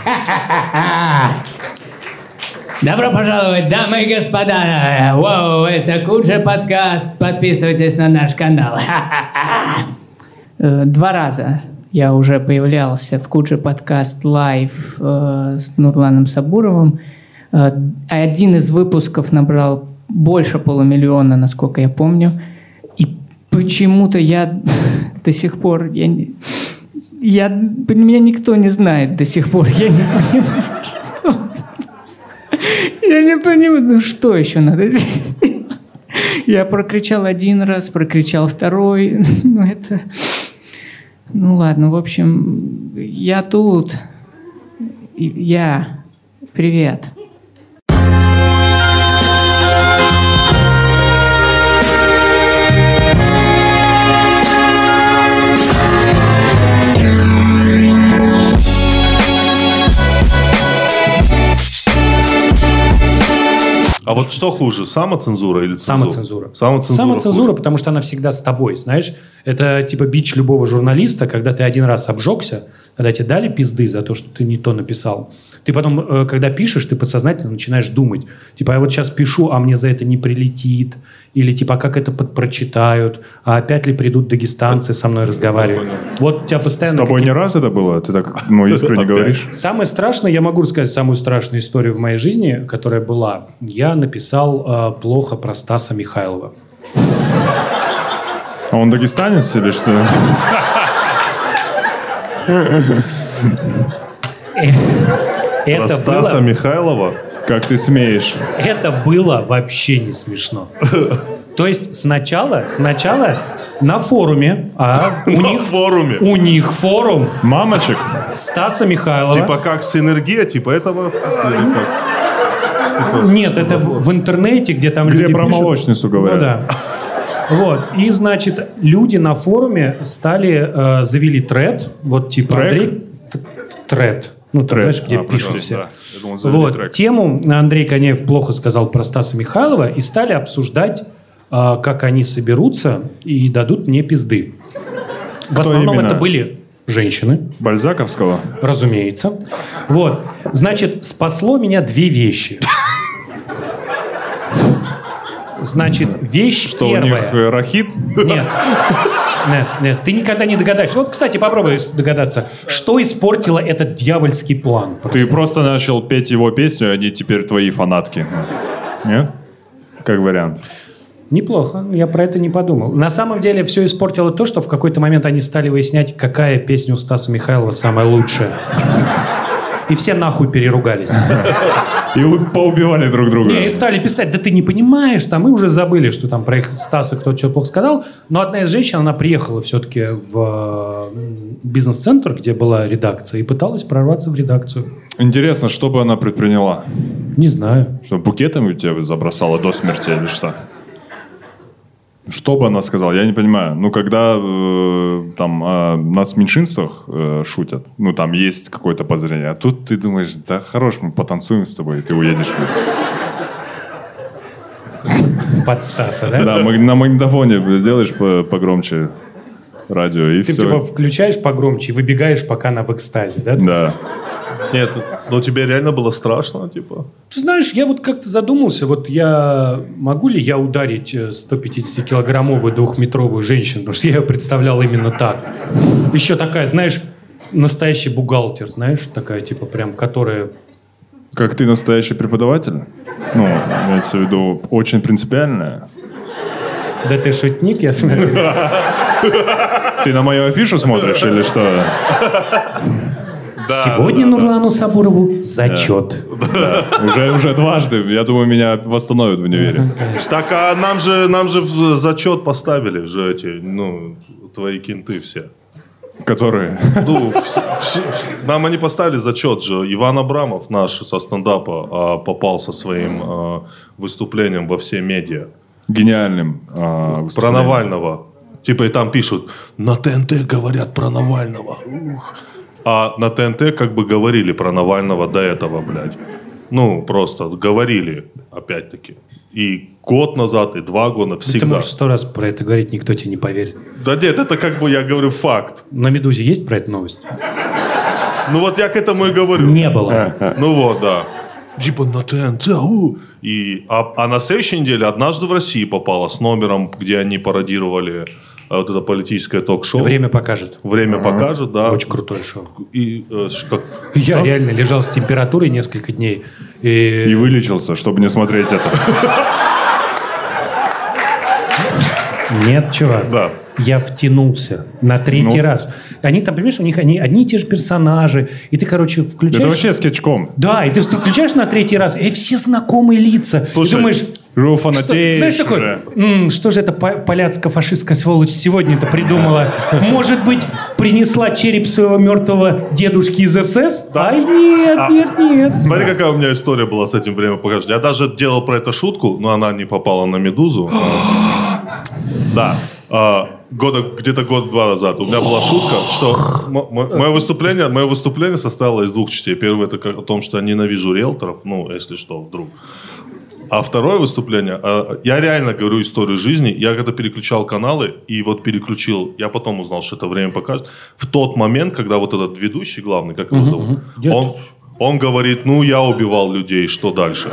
А-ха-ха-ха-ха! Добро пожаловать, дамы и господа! Вау, это Куджи подкаст. Подписывайтесь на наш канал. Ха-ха-ха! Э, Два раза я уже появлялся в Куджи подкаст лайв э, с Нурланом Сабуровым. Э, Один из выпусков набрал больше полумиллиона, насколько я помню. И почему-то я до сих пор... Я, не- я, меня никто не знает до сих пор. Я не понимаю, что- Я не понимаю, ну что еще надо сделать? Я прокричал один раз, прокричал второй. Ну это... Ну ладно, в общем, я тут. И Я. Привет. А вот что хуже, самоцензура или цензура? Самоцензура. Самоцензура. хуже. потому что она всегда с тобой, знаешь. Это типа бич любого журналиста, когда ты один раз обжегся, когда тебе дали пизды за то, что ты не то написал. Ты потом, э, когда пишешь, ты подсознательно начинаешь думать. Типа, я вот сейчас пишу, а мне за это не прилетит. Или типа, а как это под- прочитают? А опять ли придут дагестанцы со мной разговаривать? Вот у тебя С постоянно... тобой какие-то- не раз это было? Ты так, ну, искренне Опять. говоришь. Самое страшное, я могу рассказать самую страшную историю в моей жизни, которая была. Я написал э, плохо про Стаса Михайлова. А он дагестанец или что? Про Это Стаса было, Михайлова. Как ты смеешь? это было вообще не смешно. То есть сначала, сначала на форуме, а у На них форуме. у них форум Мамочек? Стаса Михайлова. Типа как синергия, типа этого. Или как? Нет, это в, в интернете, где там Типа Где люди про пишут. молочницу Ну говорят? да. Вот. И, значит, люди на форуме стали, э, завели тред, вот типа Трек? Андрей... т- Тред. Ну, ты знаешь, где А, пишут прикольно, все. да. Я думал, завели Вот. трек. Тему Андрей Коняев плохо сказал про Стаса Михайлова и стали обсуждать, э, как они соберутся и дадут мне пизды. В основном именно? это были женщины. Бальзаковского? Разумеется. Вот. Значит, спасло меня две вещи. Значит, вещь Что у первая. них э, рахит? Нет. Нет, нет, ты никогда не догадаешься. Вот, кстати, попробуй с- догадаться, что испортило этот дьявольский план. Ты просто начал петь его песню, и они теперь твои фанатки. Нет? Как вариант. Неплохо, я про это не подумал. На самом деле все испортило то, что в какой-то момент они стали выяснять, какая песня у Стаса Михайлова самая лучшая. И все нахуй переругались. И у- поубивали друг друга. Не, и стали писать, да ты не понимаешь, там, мы уже забыли, что там про их Стаса кто-то что-то плохо сказал, но одна из женщин, она приехала все-таки в э, м, бизнес-центр, где была редакция, и пыталась прорваться в редакцию. Интересно, что бы она предприняла? Не знаю. Что, букетом тебя забросала до смерти или что? Что бы она сказала, я не понимаю. Ну, когда э, там о нас меньшинствах э, шутят, ну, там есть какое-то подозрение. А тут ты думаешь, да хорош, мы потанцуем с тобой, и ты уедешь. Под Стаса, да? Да, маг- на магнитофоне сделаешь по- погромче радио, и Ты все. типа включаешь погромче и выбегаешь, пока она в экстазе, да? Да. Нет, но тебе реально было страшно, типа. Ты знаешь, я вот как-то задумался, вот я могу ли я ударить э, 150-килограммовую двухметровую женщину, потому что я ее представлял именно так. Еще такая, знаешь, настоящий бухгалтер, знаешь, такая типа прям, которая... Как ты настоящий преподаватель? Ну, имеется в виду очень принципиальная. Да ты шутник, я смотрю. Ты на мою афишу смотришь или что? Сегодня Нурлану Сабурову зачет. Уже, уже дважды. Я думаю, меня восстановят в универе. Так а нам же, нам же в зачет поставили же эти, ну, твои кенты все. Которые? Ну, вс- вс- нам они поставили зачет же. Иван Абрамов наш со стендапа а, попал со своим а, выступлением во все медиа. Гениальным. а, Про выступлением. Навального. Типа и там пишут, на ТНТ говорят про Навального. Ух». А на ТНТ как бы говорили про Навального до этого, блядь. Ну, просто говорили, опять-таки. И год назад, и два года, Ты всегда. можешь сто раз про это говорить, никто тебе не поверит. Да нет, это как бы, я говорю, факт. На «Медузе» есть про это новость? Ну вот я к этому и говорю. Не было. Ну вот, да. Типа на ТНТ, ау. И, а, а на следующей неделе однажды в России попала с номером, где они пародировали а, вот это политическое ток-шоу. Время покажет. Время покажет, да. Очень крутое шоу. И, э, ш- как- Я Да? реально лежал с температурой несколько дней. И И... вылечился, чтобы не смотреть это. Нет, чувак. Да. Я втянулся на третий Втянулся? раз. Они там, понимаешь, у них они одни и те же персонажи. И ты, короче, включаешь... Это вообще скетчком. Да, и ты включаешь на третий раз, и все знакомые лица. Слушай, и думаешь, Уже что, фанатеешь знаешь, такой, уже. «М, что же это поляцко-фашистская сволочь сегодня-то придумала? Может быть, принесла череп своего мертвого дедушки из СС? Да. Ай, нет, А. нет, нет. Смотри, какая у меня история была с этим время покажет. Я даже делал про это шутку, но она не попала на медузу. Да. А, года, где-то год-два назад у меня была шутка, что мо- мо- мое выступление, мое выступление состояло из двух частей. Первое это как- о том, что я ненавижу риэлторов, ну, если что, вдруг. А второе выступление, а, я реально говорю историю жизни, я когда переключал каналы, и вот переключил, я потом узнал, что это время покажет, в тот момент, когда вот этот ведущий главный, как его зовут, Дед. он, он говорит, ну, я убивал людей, что дальше?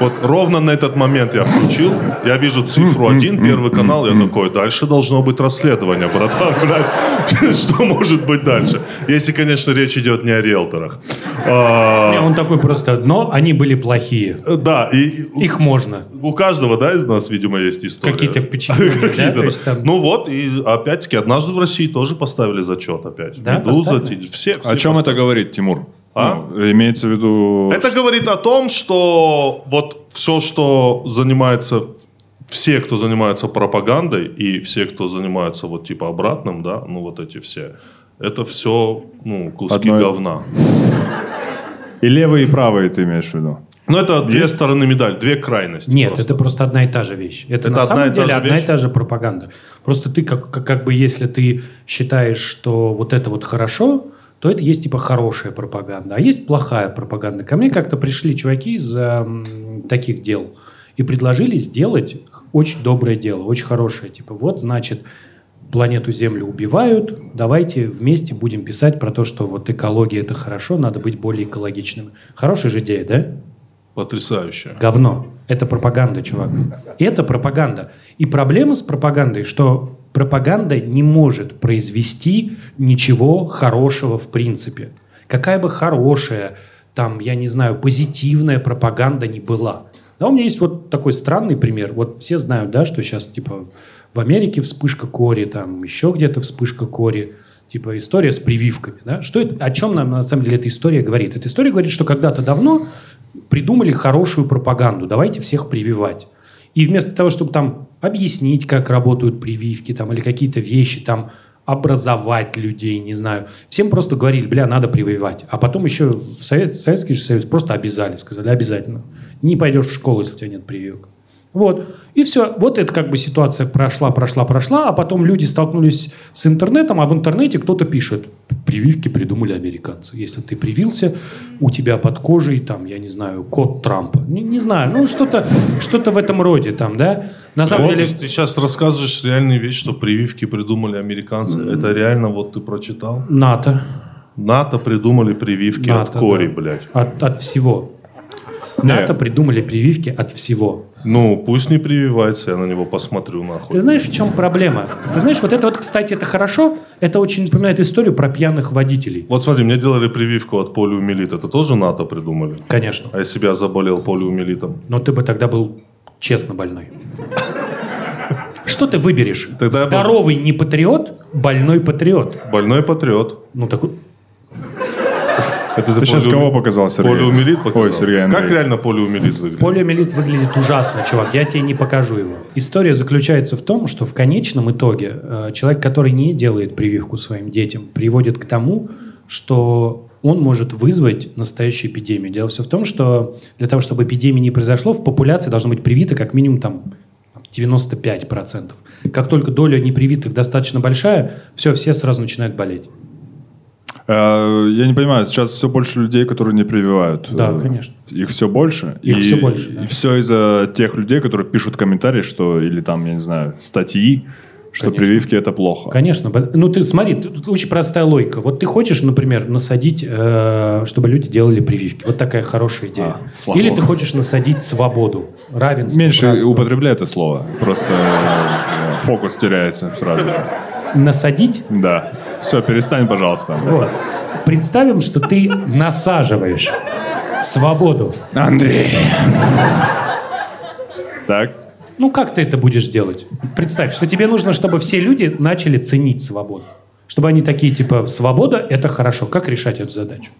Вот ровно на этот момент я включил, я вижу цифру один, первый канал, я такой, дальше должно быть расследование, братан, блядь, что может быть дальше? Если, конечно, речь идет не о риэлторах. А, Не, Он такой просто, но они были плохие. Да, и Их можно. у каждого, да, из нас, видимо, есть история. Какие-то впечатления, да, Какие-то, то есть там- Ну вот, и опять-таки, однажды в России тоже поставили зачет опять. Да, Медуза, поставили? те- все, все О чем это говорит, Тимур? А? Ну, имеется в виду... Это говорит о том, что вот все, что занимается все, кто занимается пропагандой и все, кто занимается вот типа обратным, да, ну вот эти все, это все ну куски Одно- говна. И левый, и правый ты имеешь в виду. Но это две стороны медаль, две крайности. Нет, просто. это просто одна и та же вещь. Это, Это на одна и самом та же деле одна вещь? и та же пропаганда. Просто ты как, как, как бы, если ты считаешь, что вот это вот хорошо, то это есть типа хорошая пропаганда, а есть плохая пропаганда. Ко мне как-то пришли чуваки из эм, таких дел и предложили сделать очень доброе дело, очень хорошее. Типа вот, значит, планету Землю убивают, давайте вместе будем писать про то, что вот экология это хорошо, надо быть более экологичным. Хорошая же идея, да? потрясающе. Говно. Это пропаганда, чувак. Это пропаганда. И проблема с пропагандой, что пропаганда не может произвести ничего хорошего в принципе. Какая бы хорошая, там, я не знаю, позитивная пропаганда не была. Да, у меня есть вот такой странный пример. Вот все знают, да, что сейчас, типа, в Америке вспышка кори, там, еще где-то вспышка кори типа история с прививками. Да? Что это, о чем нам на самом деле эта история говорит? Эта история говорит, что когда-то давно придумали хорошую пропаганду, давайте всех прививать. И вместо того, чтобы там объяснить, как работают прививки там, или какие-то вещи, там, образовать людей, не знаю. Всем просто говорили, бля, надо прививать. А потом еще в Совет, Советский же Союз просто обязали, сказали, обязательно. Не пойдешь в школу, если у тебя нет прививок. Вот. И все. Вот это как бы ситуация прошла, прошла, прошла, а потом люди столкнулись с интернетом, а в интернете кто-то пишет, прививки придумали американцы. Если ты привился, у тебя под кожей, там, я не знаю, код Трампа. Не, не знаю, ну что-то что в этом роде там, да? На самом Вот деле... ты сейчас рассказываешь реальную вещь, что прививки придумали американцы. Это реально вот ты прочитал? НАТО. НАТО придумали прививки от НАТО, кори, да. блядь. От, от всего. НАТО придумали прививки от всего. Ну, пусть не прививается, я на него посмотрю нахуй. Ты знаешь, в чем проблема? Ты знаешь, вот это вот, кстати, это хорошо. Это очень напоминает историю про пьяных водителей. Вот смотри, мне делали прививку от полиомиелита. Это тоже НАТО придумали? Конечно. А если бы я заболел полиомиелитом? Но ты бы тогда был честно больной. Что ты выберешь? Тогда я был- Здоровый не патриот, больной патриот. Больной патриот. Ну такой. Это Ты сейчас кого показал, Сергей? Полиомиелит показал? Ой, Сергей Как Андреевич. реально полиомиелит выглядит? Полиомиелит выглядит ужасно, чувак. Я тебе не покажу его. История заключается в том, что в конечном итоге э, человек, который не делает прививку своим детям, приводит к тому, что он может вызвать настоящую эпидемию. Дело все в том, что для того, чтобы эпидемии не произошло, в популяции должно быть привито как минимум там 95%. Как только доля непривитых достаточно большая, все, все сразу начинают болеть. Э, Я не понимаю, сейчас все больше людей, которые не прививают. Да, Э, конечно. Их все больше. Их И- всё больше, да. И все из-за тех людей, которые пишут комментарии, что или там, я не знаю, статьи, что прививки это плохо. Конечно. бо- Ну, ты смотри, тут тут очень простая логика. Вот ты хочешь, например, насадить, э, чтобы люди делали прививки. Вот такая хорошая идея. А, слава Или ты богу. хочешь насадить свободу, равенство, Меньше братство. употребляй это слово. Просто э, фокус теряется сразу же. Насадить? Да. Все, перестань, пожалуйста. Вот. Представим, что ты насаживаешь свободу. Андрей. Так. Ну, как ты это будешь делать? Представь, что тебе нужно, чтобы все люди начали ценить свободу. Чтобы они такие, типа, свобода — это хорошо. Как решать эту задачу?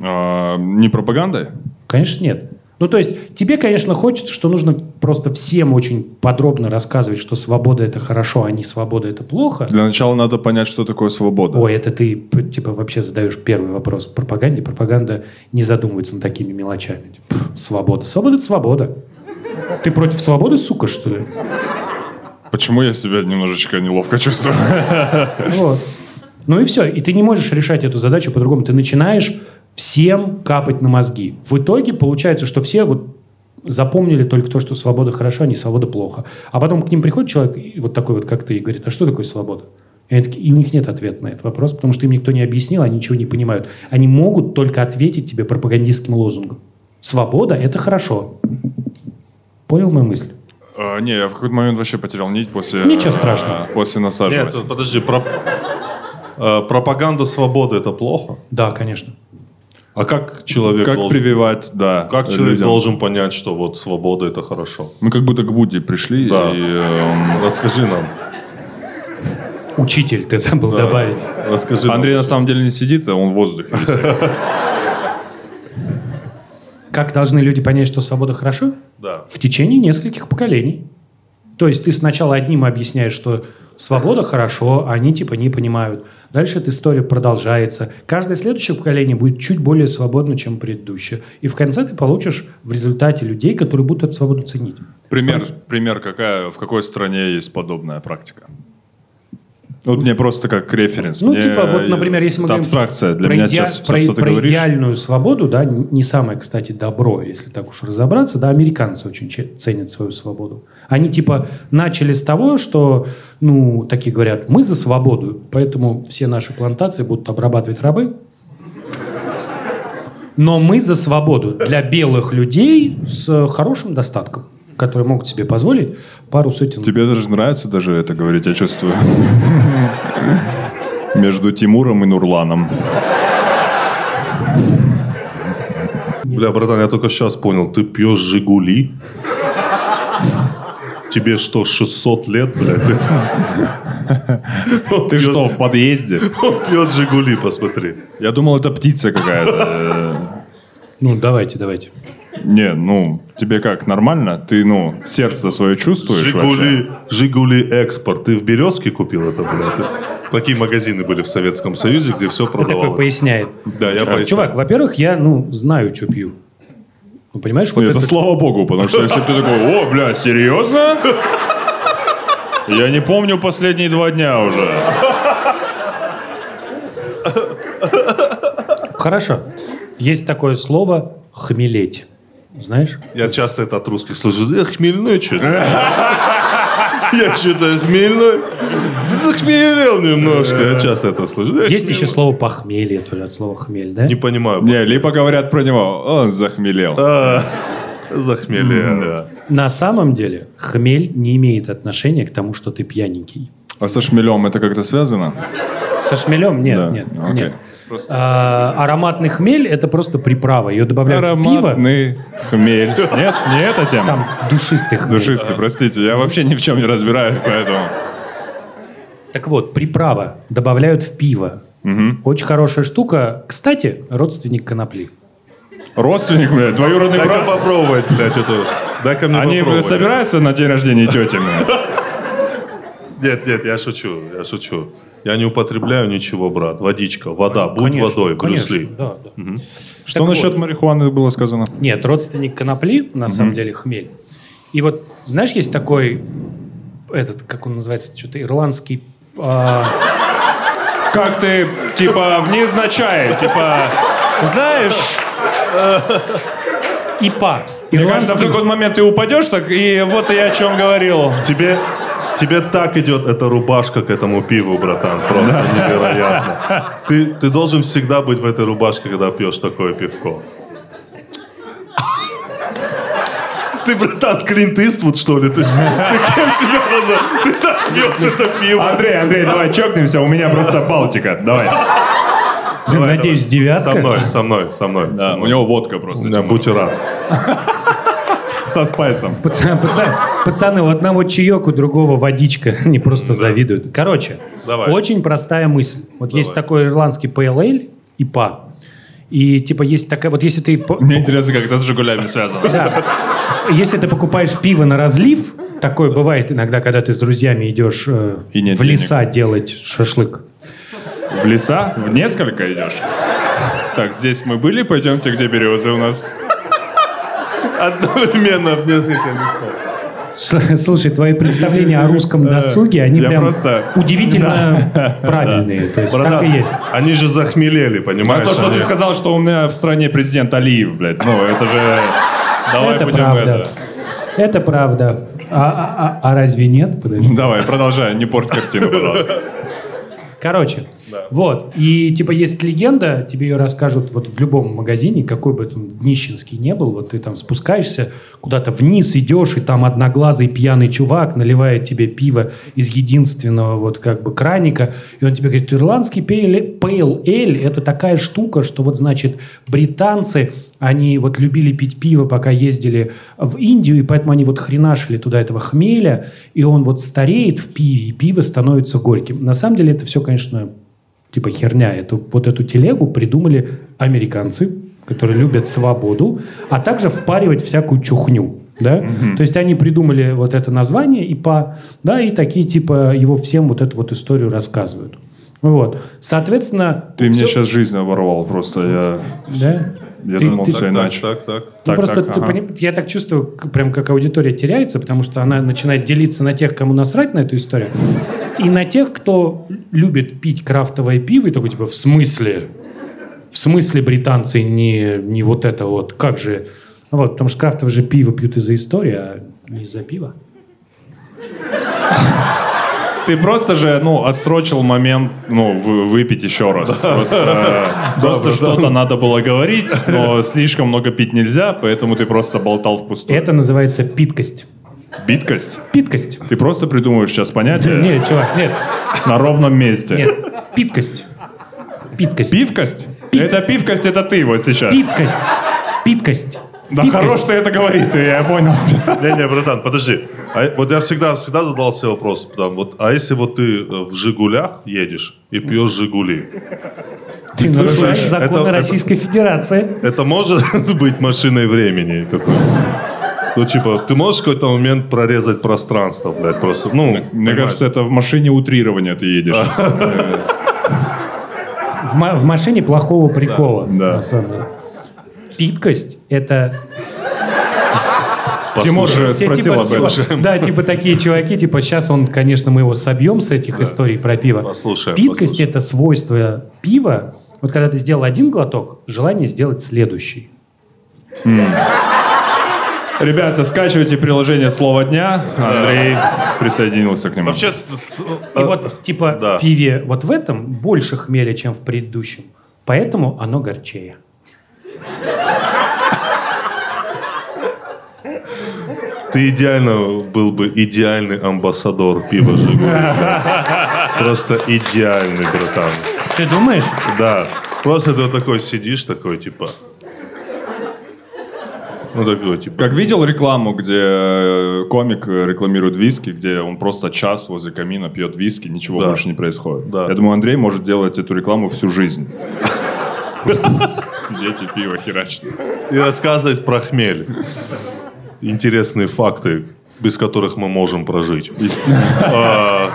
Э, Не пропагандой? Конечно, нет. Ну, то есть, тебе, конечно, хочется, что нужно просто всем очень подробно рассказывать, что свобода — это хорошо, а не свобода — это плохо. Для начала надо понять, что такое свобода. Ой, это ты, п- типа, вообще задаешь первый вопрос в пропаганде. Пропаганда не задумывается над такими мелочами. Типа, «Пф, Свобода. Свобода — это свобода. Ты против свободы, сука, что ли? Почему я себя немножечко неловко чувствую? Вот. Ну и все. И ты не можешь решать эту задачу по-другому. Ты начинаешь всем капать на мозги. В итоге получается, что все вот запомнили только то, что свобода хорошо, а не свобода плохо. А потом к ним приходит человек, и вот такой вот, как ты, и говорит, а что такое свобода? И, они такие- и у них нет ответа на этот вопрос, потому что им никто не объяснил, они ничего не понимают. Они могут только ответить тебе пропагандистским лозунгом. Свобода – это хорошо. Понял мою мысль? Э, Не, я в какой-то момент вообще потерял нить после... Ничего страшного. э, После Нет, насаживания. подожди, про- э, пропаганда свободы это плохо. Да, конечно. А как человек Как должен, прививать, да. как человек людям? должен понять, что вот свобода это хорошо? Мы как будто к Будде пришли, Да. и э, он Расскажи нам. Учитель, ты забыл добавить. Расскажи. нам. Андрей на самом деле не сидит, а он в воздухе. висит. Как должны люди понять, что свобода хорошо? Да. В течение нескольких поколений. То есть ты сначала одним объясняешь, что свобода хорошо, а они типа не понимают. Дальше эта история продолжается. Каждое следующее поколение будет чуть более свободно, чем предыдущее. И в конце ты получишь в результате людей, которые будут эту свободу ценить. Пример, пример какая, в какой стране есть подобная практика? Вот мне просто как референс. Ну, Мне, типа, э, вот, например, если мы это говорим абстракция. Для про меня иде- сейчас все, про, что ты про говоришь... идеальную свободу, да, н- не самое, кстати, добро, если так уж разобраться, да, американцы очень че- ценят свою свободу. Они типа начали с того, что, ну, такие говорят, мы за свободу, поэтому все наши плантации будут обрабатывать рабы. Но мы за свободу для белых людей с э, хорошим достатком, которые могут себе позволить пару сотен Тебе даже нравится даже это говорить, я чувствую. Между Тимуром и Нурланом. Бля, братан, я только сейчас понял, ты пьешь Жигули? Тебе что, 600 лет, бля? Ты, Ты что, в подъезде? он пьет Жигули, посмотри. Я думал, это птица какая-то. Ну, давайте, давайте. Не, ну, тебе как, нормально? Ты, ну, сердце свое чувствуешь вообще? Жигули, Жигули экспорт. Ты в Березке купил это, бля? Ты- Такие магазины были в Советском Союзе, где все Он такой продавалось. поясняет. А, Да, я поясню. Чувак, во-первых, я, ну, знаю, что пью. Ну, понимаешь, вот Ну, это, это... слава богу, потому что если бы ты такой, о, бля, серьезно? Я не помню последние два дня уже. Хорошо. Есть такое слово «хмелеть». Знаешь? Я часто это от русских слышу. Я хмельной что-то. Я что-то хмельной. Захмелел немножко. Я часто это слышу. Я Есть еще хмельной. слово «похмелье», тоже от слова «хмель», да? Не понимаю. Не, либо говорят про него, он захмелел. А, Захмелел. На самом деле хмель не имеет отношения к тому, что ты пьяненький. А со шмелем это как-то связано? Со шмелем? Нет, Да, нет, окей. нет. А, ароматный хмель – это просто приправа. Ее добавляют в пиво. Ароматный хмель. Нет, не эта Там тема. душистый хмель. Душистый, простите, я вообще ни в чем не разбираюсь, поэтому... Так вот, приправа добавляют в пиво. Очень хорошая штука. Кстати, родственник конопли. Родственник, бля, двоюродный Дай-ка брат. попробовать, блядь, эту. Дай-ка мне Они бля, попробовать. собираются на день рождения тети? бля? Нет, нет, я шучу, я шучу. Я не употребляю ничего, брат. Водичка, вода, будь Конечно, водой, конечно, Брюс Ли. да, да. Что Так насчет вот. марихуаны было сказано? Нет, родственник конопли, на самом деле, хмель. И вот, знаешь, есть такой, этот, как он называется, что-то ирландский... а, Как ты, типа, в незначай, типа, знаешь, ипа. мне кажется, в Ирландский- какой-то момент ты упадешь, так, и вот я о чем говорил. Тебе, Тебе так идет эта рубашка к этому пиву, братан, просто невероятно. Ты, ты должен всегда быть в этой рубашке, когда пьешь такое пивко. Ты, братан, Клинт Иствуд, что ли? Ты, ж- ты кем себе поза? Ты так пьешь это пиво. Андрей, Андрей, давай чокнемся, у меня просто Балтика. Давай. Дим, Давай, надеюсь, давай. девятка. Со мной, со мной, со мной. Да, со у мной. него водка просто. У меня Тимур. бутера. Со спайсом. Пацаны, пацаны, пацаны, у одного чаек, у другого водичка. Они просто завидуют. Короче, Давай. очень простая мысль. Вот есть такой ирландский pale ale, ипа. И типа есть такая, вот если ты, по- Мне интересно, как это с Жигулями связано. если ты покупаешь пиво на разлив, такое бывает иногда, когда ты с друзьями идешь э, И нет в денег. леса делать шашлык. В леса? В несколько идешь? Так, здесь мы были, пойдемте, где березы у нас. Одновременно в несколько мест. С- Слушай, твои представления о русском досуге, они Я прям просто- удивительно правильные. То есть так и Братан, есть. они же захмелели, А понимаешь? то, что они- ты сказал, что у меня в стране президент Алиев, блядь. Ну, это же... Давай это будем правда. это. Это. правда. А, а- а- а разве нет? Подожди. Давай, продолжай, не порть картину, пожалуйста. Короче, вот. И типа есть легенда, тебе ее расскажут вот в любом магазине, какой бы там днищенский не был, вот ты там спускаешься, куда-то вниз идешь, и там одноглазый пьяный чувак наливает тебе пиво из единственного вот как бы краника, и он тебе говорит, ирландский пейл эль это такая штука, что вот значит британцы они вот любили пить пиво, пока ездили в Индию, и поэтому они вот хренашили туда этого хмеля, и он вот стареет в пиве, и пиво становится горьким. На самом деле это все, конечно, типа херня. Эту, вот эту телегу придумали американцы, которые любят свободу, а также впаривать всякую чухню. Да? То есть они придумали вот это название и по, да, и такие типа его всем вот эту вот историю рассказывают. Вот. Соответственно, Ты мне всё- сейчас жизнь оборвал, просто да? я... Я Ты- думал, ты- все иначе. Так, так, так. Так, ну, просто так, ты ага. пони- я так чувствую, к- прям как аудитория теряется, потому что она начинает делиться на тех, кому насрать на эту историю, и на тех, кто любит пить крафтовое пиво, и такой типа, в смысле? В смысле британцы не, не вот это вот? Как же? Вот, потому что крафтовое же пиво пьют из-за истории, а не из-за пива. Ты просто же, ну, отсрочил момент, ну, вы- выпить еще раз. Просто, э, просто что-то надо было говорить, но слишком много пить нельзя, поэтому ты просто болтал впустую. Это называется питкость. биткость. Питкость. Ты просто придумываешь сейчас понятие Нет, чувак, нет, на ровном месте. нет. Питкость. Питкость. Пивкость? Это пивкость, это ты вот сейчас. Питкость. Питкость. Да Питкость. хорош ты это говорит, я понял. Не-не, братан, подожди. А вот я всегда, всегда задал себе вопрос, там, вот, а если вот ты э, в «Жигулях» едешь и пьешь «Жигули», Ты слышишь? нарушаешь законы Это- это- Российской Федерации. это может быть машиной времени какой-то? Ну, типа, ты можешь в какой-то момент прорезать пространство, блядь, просто, ну... Мне понимаешь? кажется, это в машине утрирования ты едешь. В, ма- в машине плохого прикола. Да. на самом деле. Питкость — это... Тимур же те, спросил типа, об этом. типа, Да, типа такие чуваки, типа сейчас он, конечно, мы его собьем с этих историй про пиво. Послушаем, Питкость послушаем. — это свойство пива. Вот когда ты сделал один глоток, желание сделать следующий. Ребята, скачивайте приложение «Слово дня». Андрей присоединился к нему. Вообще, с- с- И э, вот типа да. в пиве вот в этом больше хмеля, чем в предыдущем. Поэтому оно горчее. Ты идеально был бы идеальный амбассадор пива «Жигули». Просто идеальный, братан. Ты думаешь? Да. Просто ты вот такой сидишь, такой, типа... Ну, такой, типа... Как видел рекламу, где э, комик э, рекламирует виски, где он просто час возле камина пьет виски, ничего Да. больше не происходит. Да. Я думаю, Андрей может делать эту рекламу всю жизнь. Сидеть и пиво херачить. И рассказывать про хмель. Интересные факты, без которых мы можем прожить. А,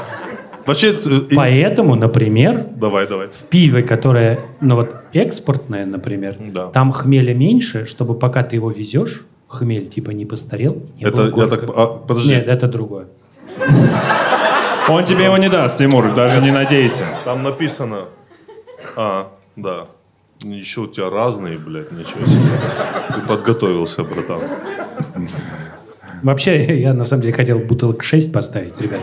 Вообще... ц- и- Поэтому, например, Давай, давай. пиве, которое, ну вот экспортное, например, Да. там хмеля меньше, чтобы пока ты его везешь, хмель типа не постарел. Не Это было я горько. так... а, Подожди. Нет, это другое. Он тебе его не даст, Тимур, даже не надейся. Там написано... А, да. Еще у тебя разные, блядь, ничего себе. Ты подготовился, братан. Вообще, я на самом деле хотел бутылок 6 поставить, ребят.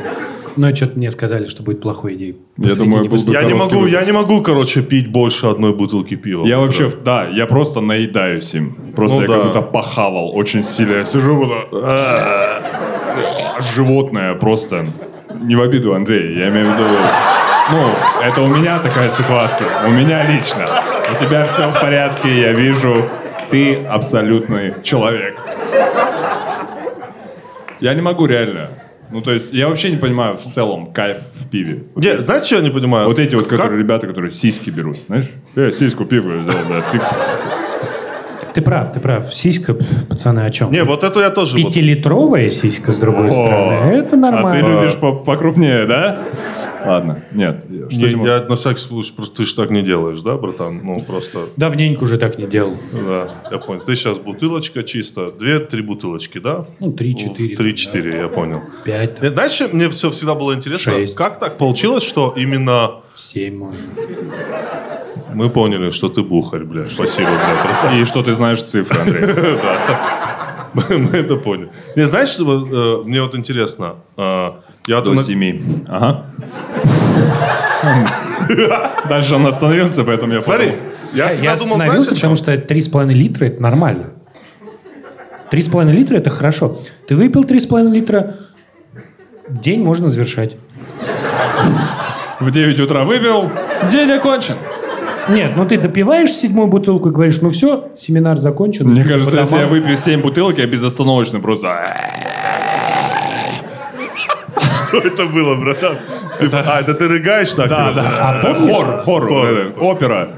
Но что-то мне сказали, что будет плохой идеей. Я думаю, был бы Я не, короткий могу, я выпуск. не могу, короче, пить больше одной бутылки пива. Я вообще, в- да, я просто наедаюсь им. Ну Просто я да. как будто похавал очень сильно. Я сижу, вот так, «Ааа». животное просто. Не в обиду, Андрей, я имею в виду... Ну, это у меня такая ситуация. У меня лично. У тебя все в порядке, я вижу. Ты абсолютный человек. Я не могу реально. Ну, то есть, я вообще не понимаю в целом кайф в пиве. Вот Не, если- знаешь, что я не понимаю? вот эти вот, Как- которые ребята, которые сиськи берут, знаешь? Я сиську пивку взял, да. Ты... Ты прав, ты прав. Сиська, п- пацаны, о чем? Не, вот это я тоже... вот- Пятилитровая сиська, с другой стороны. Это А ты нормально. любишь по- покрупнее, да? Ладно, нет. Что Не, этим- я на всякий случай, просто ты же так не делаешь, да, братан? Ну, просто, Давненько уже так не делал. да, я понял. Ты сейчас бутылочка чисто, две-три бутылочки, да? Ну, три-четыре. Три-четыре, я понял. Пять, Э, Знаешь, чем мне все всегда было интересно, Шесть. как так получилось, что именно семь можно. мы поняли, что ты бухарь, блядь. Спасибо, блядь, братан. И что ты знаешь цифры, Андрей? Мы это поняли. Не, знаешь, что вот, э, мне вот интересно, э, я вот До на- семи. Ага. Дальше он остановился, поэтому я Смотри, подумал. я всегда Э, Я думал, знаешь, остановился, о чем? потому что 3,5 литра – это нормально. 3,5 литра – это хорошо. Ты выпил 3,5 литра, день можно завершать. В 9 утра выпил, день окончен. Нет, ну ты допиваешь седьмую бутылку и говоришь, ну все, семинар закончен. Мне идите по кажется, если я домам. выпью 7 бутылок, я безостановочно просто... э, Что это было, братан? Ты- А, это ты рыгаешь так? Да, типа? да. А помнишь- э, Хор, хор, Хор. э, опера.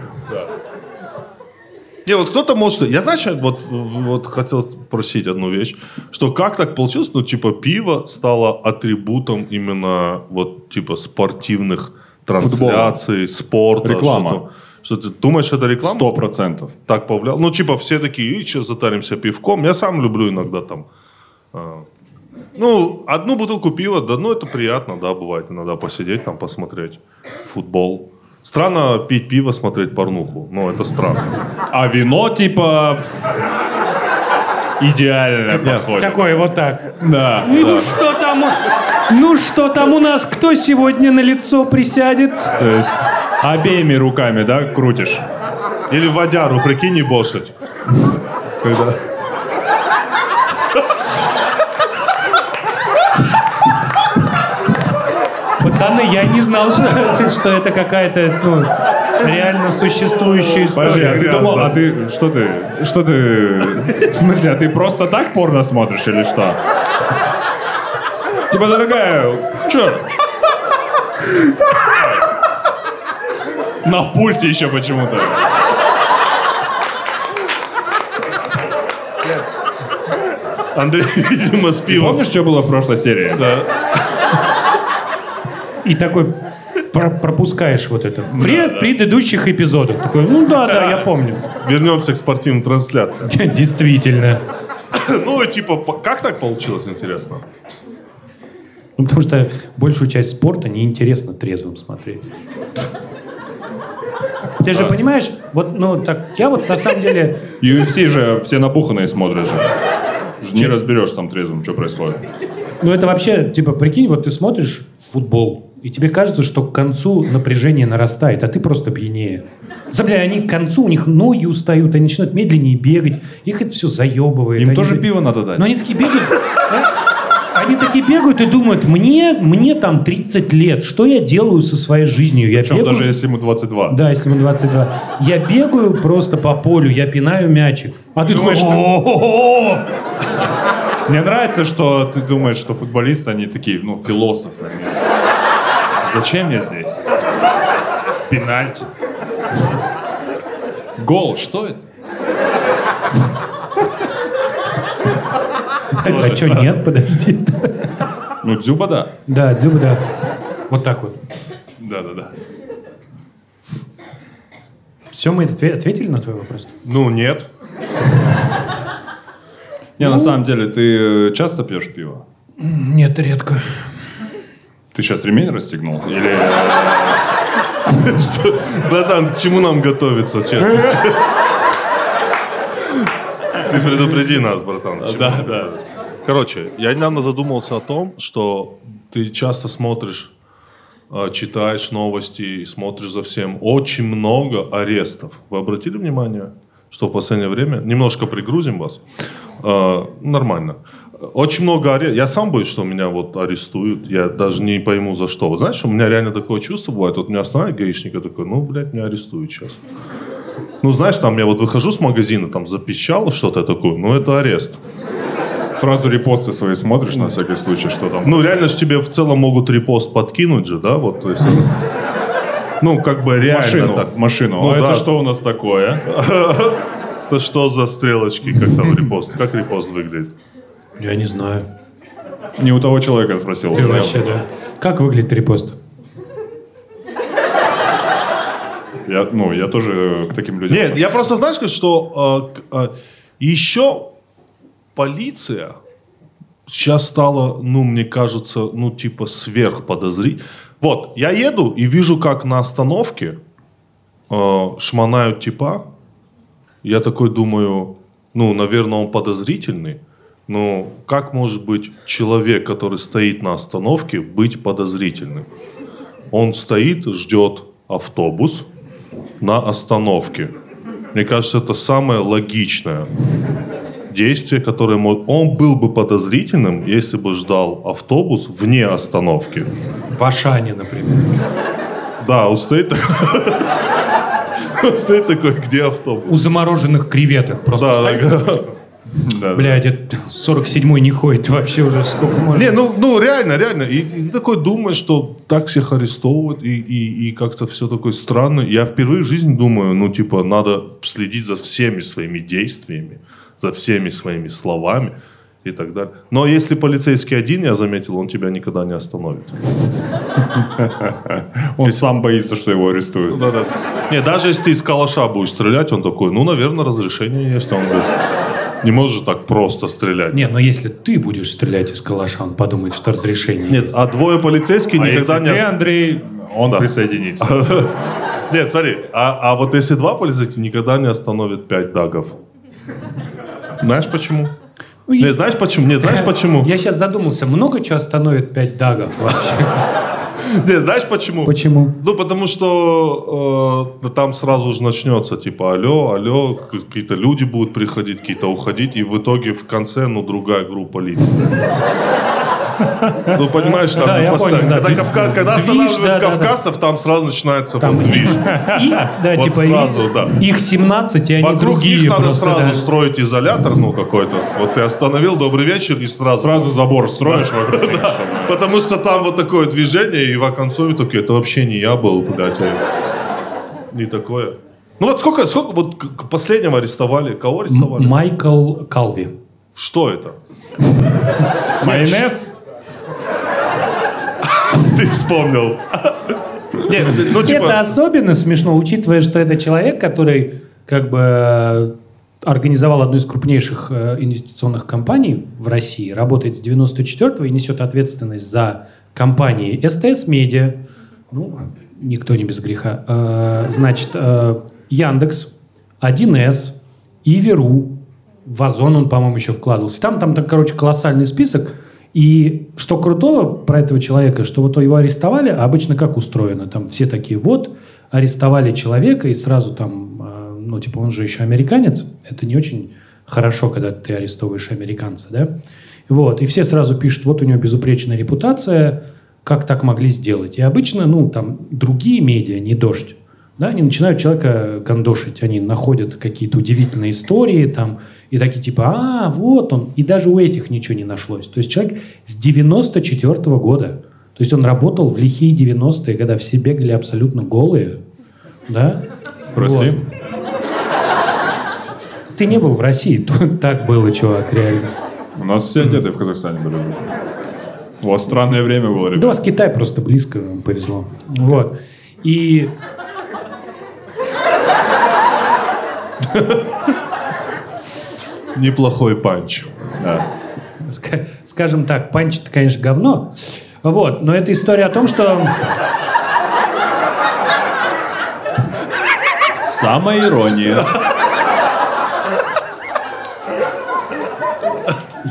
Не, вот кто-то может... Я, знаешь, вот, вот хотел спросить одну вещь, что как так получилось, ну, типа, пиво стало атрибутом именно, вот, типа, спортивных трансляций, спорта. Реклама. что-то. Что, ты думаешь, это реклама? Сто процентов. Так повлияло. Ну, типа, все такие, и сейчас затаримся пивком. Я сам люблю иногда там... э, ну, одну бутылку пива, да, ну, это приятно, да, бывает иногда посидеть там, посмотреть футбол. Странно пить пиво, смотреть порнуху. Ну, это странно. А вино типа идеально подходит. Такое вот так. Да. Ну что там? Ну что там у нас? Кто сегодня на лицо присядет? То есть обеими руками, да, крутишь. Или водяру, прикинь, ебошить. Когда... Пацаны, я не знал, что, что это какая-то ну, реально существующая Подожди, история. а ты грязно. думал, а ты что ты, что ты, в смысле, а ты просто так порно смотришь или что? Типа, дорогая, чё? На пульте еще почему-то. Андрей, видимо, с пивом. Помнишь, что было в прошлой серии? И такой про- пропускаешь вот это. В пред- предыдущих эпизодах. Такой, ну да, да, я помню. Вернемся к спортивным трансляциям. Действительно. Ну, и типа, по- как так получилось, интересно? Ну, потому что большую часть спорта неинтересно трезвым смотреть. Ты же понимаешь, вот, ну, так, я вот на самом деле, UFC же все напуханные смотрят же. Ж Не разберешь там трезвым, что происходит. ну, это вообще, типа, прикинь, вот ты смотришь футбол, и тебе кажется, что к концу напряжение нарастает, а ты просто пьянее. За, бля, они к концу, у них ноги устают, они начинают медленнее бегать, их это все заебывает. Им Они тоже же- пиво надо дать. Но они такие бегают. да? Они такие бегают и думают, мне, мне там 30 лет, что я делаю со своей жизнью? Я Причем бегаю- даже если ему 22. Да, если ему 22. Я бегаю просто по полю, я пинаю мячик. А ты Думаешь, думаешь, «О-о-о-о-о!» Мне нравится, что ты думаешь, что футболисты, они такие, ну, философы. Они, Зачем я здесь? Пенальти. Гол, что это? а что, нет, подожди. Ну, дзюба, да. Да, дзюба, да. Вот так вот. Да-да-да. Все, мы отве- ответили на твой вопрос? Ну, нет. Не, на самом деле, ты э, часто пьешь пиво? Нет, редко. Ты сейчас ремень расстегнул? Или... Братан, к чему нам готовиться, честно? Ты предупреди нас, братан. к чему. Да, да. Короче, я недавно задумался о том, что ты часто смотришь, э, читаешь новости и смотришь за всем. Очень много арестов. Вы обратили внимание, что в последнее время... Немножко пригрузим вас. Э, Нормально. Очень много арестов. Я сам боюсь, что меня вот арестуют. Я даже не пойму, за что. Вот знаешь, у меня реально такое чувство бывает. Вот меня останавливает гаишник, я такой, ну, блядь, меня арестуют сейчас. Ну, знаешь, там я вот выхожу с магазина, там запищало что-то, я такой, ну, это арест. Сразу репосты свои смотришь на всякий случай, что там. Ну, реально же тебе в целом могут репост подкинуть же, да? Вот, то есть, ну, как бы реально машину, так. машину. Ну а да. это что у нас такое? Это что за стрелочки, как там репост? Как репост выглядит? Я не знаю. Не у того человека спросил. Ты Да. вообще, да. Как выглядит репост? Я, ну, я тоже э, к таким людям. Нет, я отношусь. просто знаешь, что э, к- э, еще полиция сейчас стала, ну, мне кажется, ну, типа сверхподозри. Вот, я еду и вижу, как на остановке э, шмонают типа. Я такой думаю, ну, наверное, он подозрительный. Ну, как может быть человек, который стоит на остановке, быть подозрительным? Он стоит, ждет автобус на остановке. Мне кажется, это самое логичное действие, которое мо- он был бы подозрительным, если бы ждал автобус вне остановки. В Ашане, например. Да, он стоит, он стоит такой, где автобус? У замороженных креветок просто Да, стоит. да, да. Да, да. Блядь, это 47-й не ходит вообще уже сколько можно. Не, ну, ну реально, реально. И, и ты такой думаешь, что так всех арестовывают, и, и, и как-то все такое странно. Я впервые в жизни думаю, ну, типа, надо следить за всеми своими действиями, за всеми своими словами и так далее. Но если полицейский один, я заметил, он тебя никогда не остановит. Он сам боится, что его арестуют. Да-да. Ну, Не, даже если ты из калаша будешь стрелять, он такой, ну, наверное, разрешение есть. Он говорит, не можешь же так просто стрелять. Не, но если ты будешь стрелять из калаша, он подумает, что разрешение Нет, есть. а двое полицейских А никогда если не... ты, ост- Андрей, он Да. присоединится. Нет, смотри, а, а вот если два полицейских, никогда не остановит пять дагов. Знаешь почему? Ну, Не, есть- знаешь почему? Нет, знаешь почему? Я сейчас задумался, много чего остановит 5 дагов вообще? Нет, знаешь почему? Почему? Ну, потому что э, да там сразу же начнется, типа, алло, алло, к- какие-то люди будут приходить, какие-то уходить, и в итоге в конце, ну, другая группа лиц. Ну, понимаешь, там Да, ну, я постоянно- понял, да, когда, движ- Кавка- когда движ, останавливают да-да-да. кавказцев, там сразу начинается Там- вот движ. И, да, Вот типа, сразу, и- да. их 17, и они Вокруг другие них надо просто, сразу да. строить изолятор, ну, какой-то. Вот ты остановил, добрый вечер, и сразу. Сразу забор строишь вокруг них, чтобы- Потому что там вот такое движение, и в оконцове такие, это вообще не я был, блядь. а я- Не такое. Ну вот сколько, сколько вот к- к- последнего арестовали? Кого арестовали? Майкл Калви. Что это? Майонез? Ты вспомнил. Нет, ну Это типа... особенно смешно, учитывая, что это человек, который как бы э, организовал одну из крупнейших э, инвестиционных компаний в России, работает с 94-го и несет ответственность за компании СТС Медиа, ну, никто не без греха, э, значит, э, Яндекс, 1С, Иверу, в Озон он, по-моему, еще вкладывался. Там, там, так, короче, колоссальный список. И что крутого про этого человека, что вот его арестовали, а обычно как устроено? Там все такие, вот, арестовали человека, и сразу там, э, ну, типа, он же еще американец. Это не очень хорошо, когда ты арестовываешь американца, да? Вот, и все сразу пишут, вот у него безупречная репутация, как так могли сделать? И обычно, ну, там, другие медиа, не дождь, да, они начинают человека гандошить, они находят какие-то удивительные истории там, и такие типа, а, вот он. И даже у этих ничего не нашлось. То есть человек с 94 года. То есть он работал в лихие 90-е, когда все бегали абсолютно голые. Да? Прости. Вот. Ты не был в России, тут так было, чувак, реально. У нас все одеты в Казахстане были. У вас странное время Да, у было, ребят. вас Китай просто близко вам повезло. Вот. И... Неплохой панч. Ска- скажем так, панч это, конечно, говно. Вот, но это история о том, что... Самая ирония.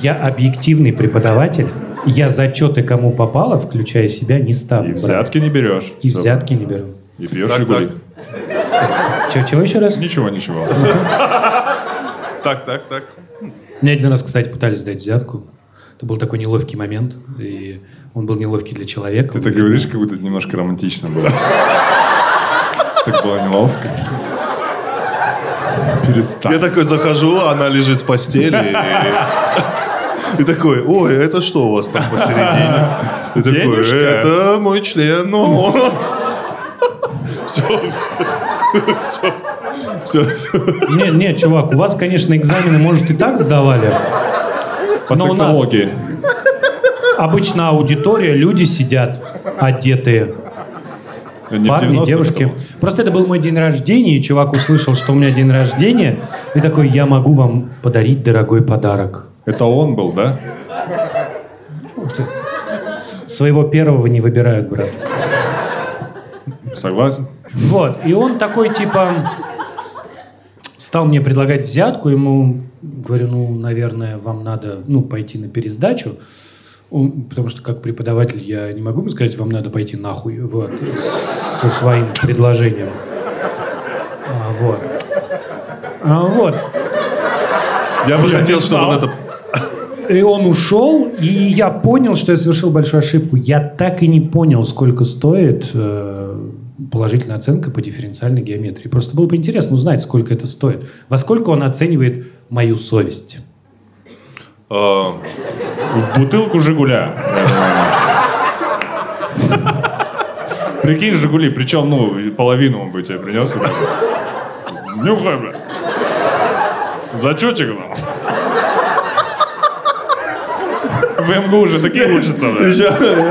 Я объективный преподаватель. Я зачеты кому попало, включая себя, не ставлю. И брат. взятки не берешь. И Всё. взятки не беру. И пьешь Так, «Жигули». так. Чего, чего еще раз? Ничего, ничего. Так, так, так. Меня один раз, кстати, пытались дать взятку. Это был такой неловкий момент. И он был неловкий для человека. Ты так говоришь, как будто это немножко романтично было. Так было неловко. Я Перестань. такой захожу, а она лежит в постели. и- И такой, ой, а это что у вас там посередине? И такой, Денежка? это мой член, ну он... Все, все, все, Нет, нет, чувак, у вас, конечно, экзамены, может, и так сдавали. По Но Ну, у нас- сексологии. Обычно аудитория, люди сидят одетые. Не в Парни, 90-х девушки. это Просто это был мой день рождения, и чувак услышал, что у меня день рождения, и такой, я могу вам подарить дорогой подарок. было. Это он был, да? С- Своего первого не выбирают, брат. Согласен? Вот, и он такой, типа, стал мне предлагать взятку, ему говорю, ну, наверное, вам надо, ну, пойти на пересдачу, Он- потому что как преподаватель я не могу ему сказать, вам надо пойти нахуй, вот, с- со своим предложением. А, вот. А, вот. Я бы хотел, чтобы он это... И он ушел, и я понял, что я совершил большую ошибку. Я так и не понял, сколько стоит э, положительная оценка по дифференциальной геометрии. Просто было бы интересно узнать, сколько это стоит. Во сколько он оценивает мою совесть. а, В бутылку «Жигуля». я думаю. Прикинь, «Жигули», причем, ну, и половину он бы тебе принес. и так. Нюхай, бля. Зачетик там. В МГУ уже такие учатся, бля. э,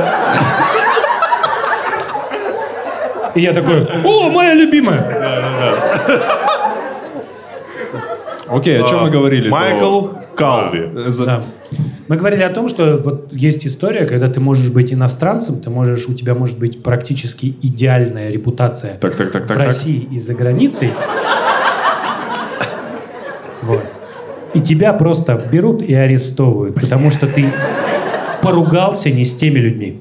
И я такой, о, моя любимая! Окей, о чем мы говорили? А, Майкл Калви. Э, за- Да. Мы говорили о том, что вот есть история, когда ты можешь быть иностранцем, ты можешь, у тебя может быть практически идеальная репутация Так, так, так, в так, так. России и за границей. Вот. И тебя просто берут и арестовывают, потому что ты поругался не с теми людьми.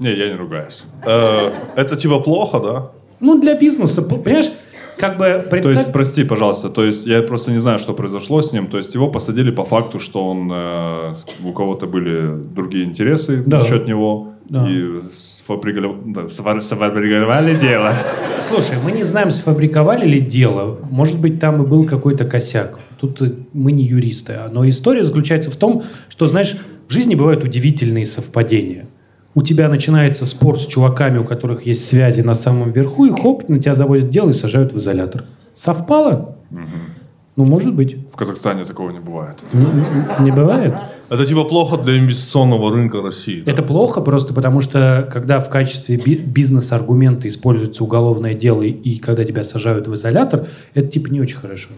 Не, я не ругаюсь. Э, Это типа плохо, да? Ну, для бизнеса, п- понимаешь, как бы То представь... есть, прости, пожалуйста, то есть я просто не знаю, что произошло с ним. То есть его посадили по факту, что он э, с- у кого-то были другие интересы Да. насчет него. Да. И сфабриговали, да, сфар- сфабриговали дело. Слушай, мы не знаем, сфабриковали ли дело. Может быть, там и был какой-то косяк. Тут э, мы не юристы. а- Но история заключается в том, что, знаешь, в жизни бывают удивительные совпадения. У тебя начинается спор с чуваками, у которых есть связи на самом верху, и хоп, на тебя заводят дело и сажают в изолятор. Совпало? Ну, может быть. В Казахстане такого не бывает. Н- н- Не бывает. Это типа плохо для инвестиционного рынка России. да? Это плохо просто потому, что когда в качестве би- бизнес-аргумента используется уголовное дело и когда тебя сажают в изолятор, это типа не очень хорошо.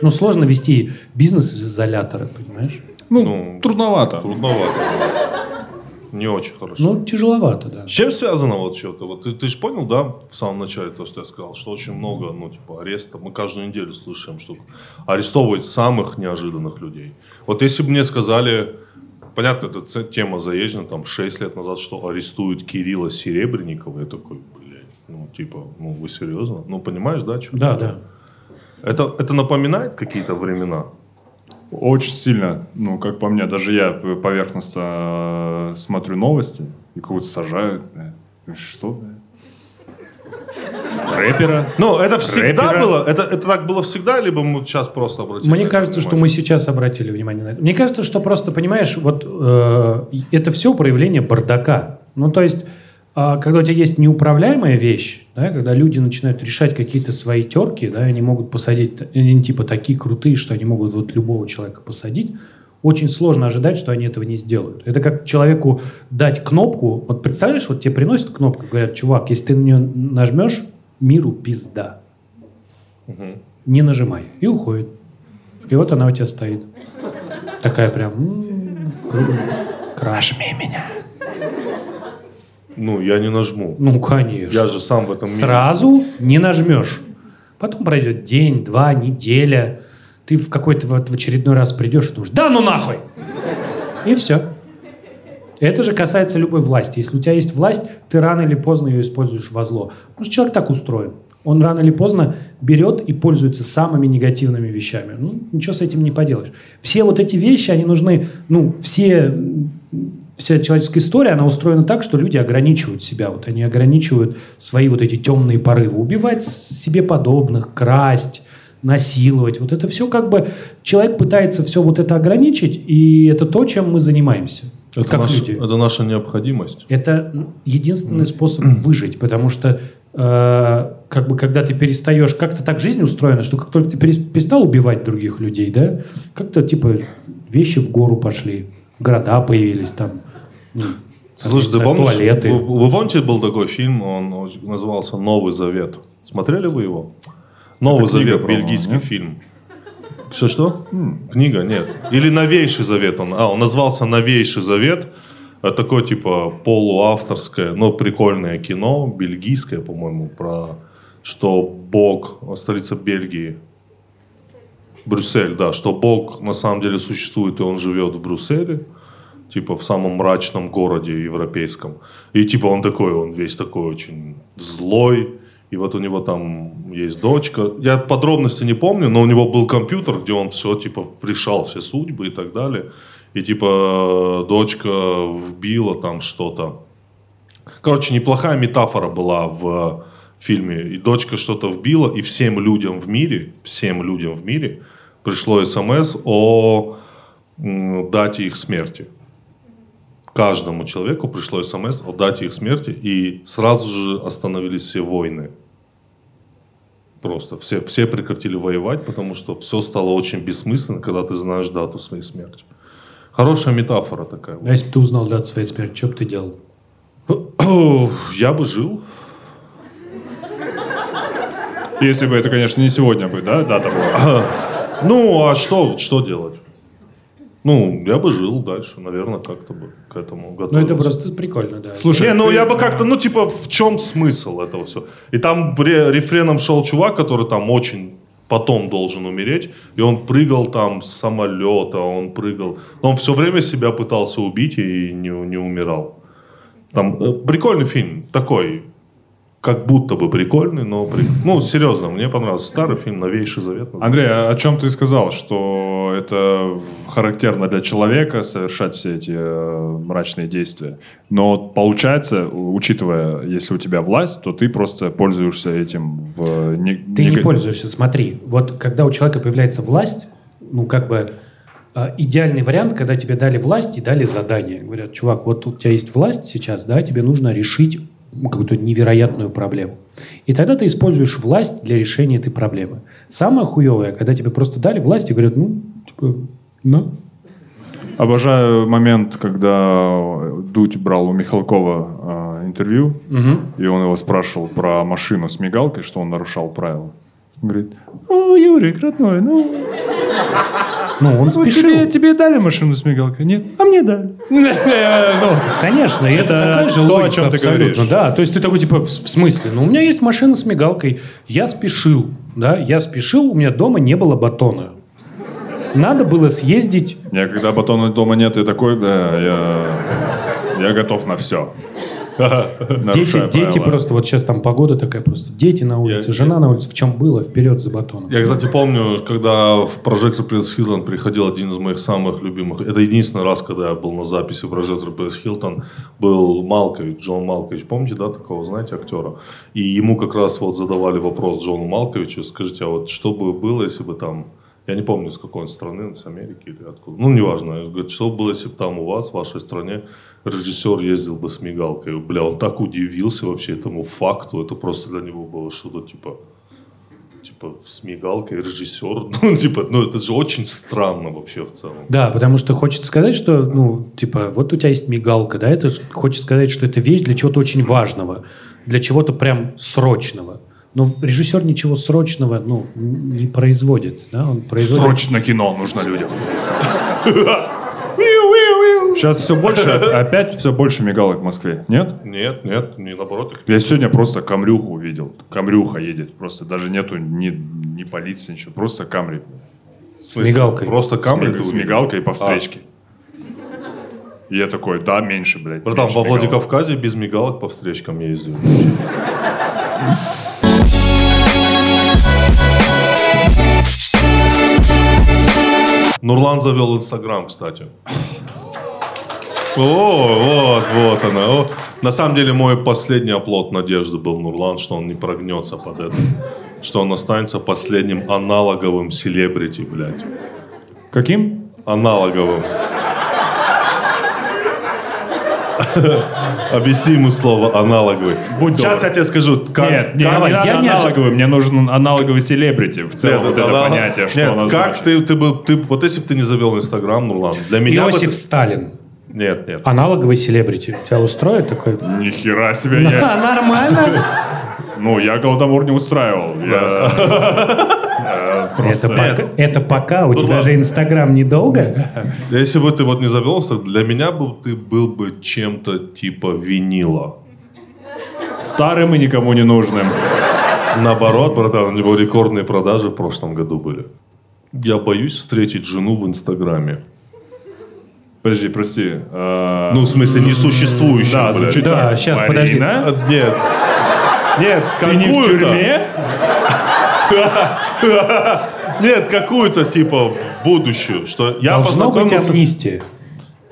Ну, сложно вести бизнес из изолятора, понимаешь? Ну, Ну, трудновато. Трудновато. Не очень хорошо. Ну, тяжеловато, да. С чем связано вот что-то? Вот ты, ты же понял, да, в самом начале то, что я сказал, что очень много, ну, типа, ареста. Мы каждую неделю слышим, что арестовывают самых неожиданных людей. Вот если бы мне сказали, понятно, эта ц- тема заезжена, там, 6 лет назад, что арестуют Кирилла Серебренникова, я такой, блядь, ну, типа, ну, вы серьезно? Ну, понимаешь, да, что? Да, да. Это, это напоминает какие-то времена? Очень сильно, ну, как по мне, даже я поверхностно э, смотрю новости, и кого-то сажают. бля. И Что? бля? Рэпера? Ну, это всегда Рэпера. было? Это, это так было всегда, либо мы сейчас просто обратили? на Мне это кажется, что внимание? мы сейчас обратили внимание на это. Мне кажется, что просто, понимаешь, вот э, это все проявление бардака. Ну, то есть, а, когда у тебя есть неуправляемая вещь, да, когда люди начинают решать какие-то свои терки, да, они могут посадить, т- они типа такие крутые, что они могут вот любого человека посадить, очень сложно ожидать, что они этого не сделают. Это как человеку дать кнопку. Вот представляешь, вот тебе приносят кнопку, говорят, чувак, если ты на нее нажмешь, миру пизда. Не нажимай. И уходит. И вот она у тебя стоит. Такая прям... м, круто. Нажми меня. Ну, я не нажму. Ну, конечно. Я же сам в этом мире. Сразу не нажмешь. Потом пройдет день, два, неделя. Ты в какой-то вот в очередной раз придешь и думаешь, да ну нахуй! И все. Это же касается любой власти. Если у тебя есть власть, ты рано или поздно ее используешь во зло. Потому что человек так устроен. Он рано или поздно берет и пользуется самыми негативными вещами. Ну, ничего с этим не поделаешь. Все вот эти вещи, они нужны, ну, все, вся человеческая история, она устроена так, что люди ограничивают себя. Вот они ограничивают свои вот эти темные порывы. Убивать себе подобных, красть, насиловать. Вот это все как бы... Человек пытается все вот это ограничить, и это то, чем мы занимаемся. Это, как наш- люди. это наша необходимость. Это единственный способ выжить, потому что э, как бы когда ты перестаешь, как-то так жизнь устроена, что как только ты перес- перестал убивать других людей, да, как-то типа вещи в гору пошли, города появились там. ну, Слушай, ты как-то помнишь, туалеты. вы, вы помните, был такой фильм, он очень- назывался «Новый Завет». Смотрели вы его? «Новый Это книга, Завет», по-моему, бельгийский нет? фильм. Что, что? Книга, нет. Или «Новейший Завет» он. А, он назывался «Новейший Завет». Э, Такое, типа, полуавторское, но прикольное кино, бельгийское, по-моему, про что Бог, э, столица Бельгии, Брюссель, да, что Бог на самом деле существует, и он живет в Брюсселе, типа в самом мрачном городе европейском. И типа он такой, он весь такой очень злой, и вот у него там есть дочка. Я подробности не помню, но у него был компьютер, где он все типа решал все судьбы и так далее. И типа дочка вбила там что-то. Короче, неплохая метафора была в э, фильме. И дочка что-то вбила, и всем людям в мире, всем людям в мире пришло смс о м, дате их смерти. Каждому человеку пришло смс о дате их смерти, и сразу же остановились все войны. Просто все, все прекратили воевать, потому что все стало очень бессмысленно, когда ты знаешь дату своей смерти. Хорошая метафора такая. А если бы ты узнал дату своей смерти, что бы ты делал? Я бы жил. Если бы это, конечно, не сегодня бы, да, дата была. Ну, а что, что делать? Ну, я бы жил дальше, наверное, как-то бы к этому Ну, готовился. это просто прикольно, да. Слушай, Не, ну ты- я бы как-то, ну типа, в чем смысл этого все? И там ре- рефреном шел чувак, который там очень потом должен умереть, и он прыгал там с самолета, он прыгал, но он все время себя пытался убить и не, не умирал. Там э, прикольный фильм, такой, как будто бы прикольный, но при- ну серьезно, мне понравился старый фильм "Новейший Завет". Андрей, а о чем ты сказал, что это характерно для человека совершать все эти э, мрачные действия. Но получается, у- учитывая, если у тебя власть, то ты просто пользуешься этим в... э, не- Ты не нега- пользуешься, смотри. Вот когда у человека появляется власть, ну как бы э, идеальный вариант, когда тебе дали власть и дали задание. Говорят, чувак, вот тут у тебя есть власть сейчас, да, тебе нужно решить ну, какую-то невероятную проблему. И тогда ты используешь власть для решения этой проблемы. Самое хуевое, когда тебе просто дали власть и говорят, ну, типа, ну, Обожаю момент, когда Дудь брал у Михалкова э, интервью, и он его спрашивал про машину с мигалкой, что он нарушал правила. Он говорит, о, Юрик, родной, ну, ну он вот спешил. тебе, тебе дали машину с мигалкой? Нет? А мне дали. Ну, Конечно, это, Это такая же то, логика о чем ты абсолютно, говоришь. Да, то есть ты такой типа в, в смысле, ну у меня есть машина с мигалкой, я спешил, да, я спешил, у меня дома не было батона, надо было съездить, Я когда батона дома нет, я такой, да, я, я готов на все. дети, дети просто вот сейчас там погода такая просто, дети на улице, Я- жена на улице, в чем было, вперед за батоном. Я, кстати, помню, когда в «Прожектор Пресс Хилтон» приходил один из моих самых любимых. Это единственный раз, когда я был на записи «Прожектор Пресс Хилтон», был Малкович, Джон Малкович. Помните, да, такого, знаете, актера? И ему как раз вот задавали вопрос Джону Малковичу, скажите, а вот что бы было, если бы там... Я не помню, с какой он страны, ну, с Америки или откуда. Ну, неважно. Говорит, что было, если бы там у вас, в вашей стране, режиссер ездил бы с мигалкой. Бля, он так удивился вообще этому факту. Это просто для него было что-то типа типа с мигалкой режиссер, ну типа, ну это же очень странно вообще в целом. Да, потому что хочется сказать, что, ну, типа, вот у тебя есть мигалка, да, это хочется сказать, что это вещь для чего-то очень важного, для чего-то прям срочного. Но режиссер ничего срочного, ну, не производит, да, он производит... Срочно кино нужно людям. Сейчас все больше, опять все больше мигалок в Москве, нет? Нет, нет, не наоборот. их- Я сегодня просто камрюху увидел. Камрюха едет. Просто даже нету ни, ни полиции, ничего. Просто камри. в смысле, мигалкой. Просто Камри А. камеры. с мигалкой по встречке. И я такой, да, меньше, блядь. Братан, меньше во мигалок». Владикавказе без мигалок по встречкам ездил. Нурлан завел Инстаграм, кстати. О, вот, вот она. О, На самом деле мой последний оплот надежды был Нурлан, что он не прогнется под это. Что он останется последним аналоговым селебрити, блядь. Каким? Аналоговым. Объясни ему слово аналоговый. Будь Сейчас добр. я тебе скажу. Как, Нет, не, как- не надо я не ожи- аналоговый, мне нужен аналоговый селебрити. В целом Нет, вот это анал- понятие, что Нет, оно как значит. ты, ты бы, ты, вот если бы ты не завел Инстаграм, Нурлан, для меня бы Иосиф ты- Сталин. Нет, нет. Аналоговый селебрити. Тебя устроит такой? Нихера себе, я... А, нормально. Ну, я Голодомор не устраивал. Я... э, Это Просто... пока- это пока. У тебя Ну ладно. же Инстаграм недолго. Если бы ты вот не завел Инстаграм, для меня бы ты был бы чем-то типа винила. Старым и никому не нужным. Наоборот, братан, у него рекордные продажи в прошлом году были. Я боюсь встретить жену в Инстаграме. Подожди, прости. э, Ну, в смысле, несуществующую, да, блядь. звучит Да, так. щас, Марина, подожди. А, Нет. Нет, Ты какую-то. не в тюрьме? Нет, какую-то типа в будущую. Что я Должно быть познакомился, амнистия.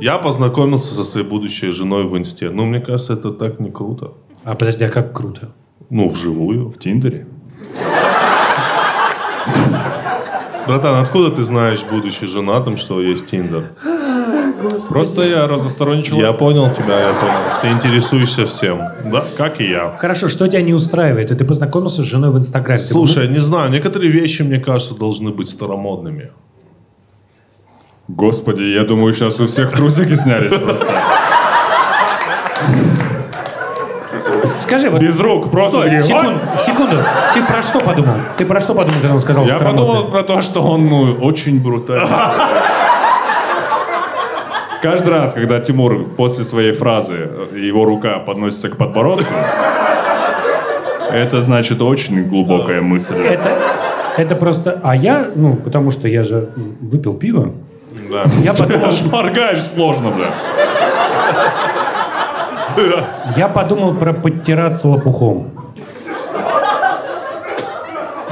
я познакомился со своей будущей женой в инсте. Ну, мне кажется, это так не круто. А подожди, а как круто. Ну, вживую. В Тиндере? Братан, откуда ты знаешь, будучи женатым, что есть Тиндер? Просто я разносторонний Я человек. понял тебя, я понял. Ты интересуешься всем. Да, как и я. Хорошо, что тебя не устраивает? И ты познакомился с женой в Инстаграме. Ты Слушай, не знаю, некоторые вещи, мне кажется, должны быть старомодными. Господи, я думаю, сейчас у всех трусики снялись просто. был- Скажи, вот... Без рук, просто Стой, такие, секунду, «Ой!» секунду. Ты про что подумал? Ты про что подумал, когда он сказал Я «странно»? подумал про то, что он ну, очень брутальный. Каждый раз, когда Тимур после своей фразы э, его рука подносится к подбородку, это значит очень глубокая мысль. Это, это просто... А я, ну, потому что я же м, выпил пиво, Да. я подумал, Аж моргаешь сложно, бля. я подумал про подтираться лопухом.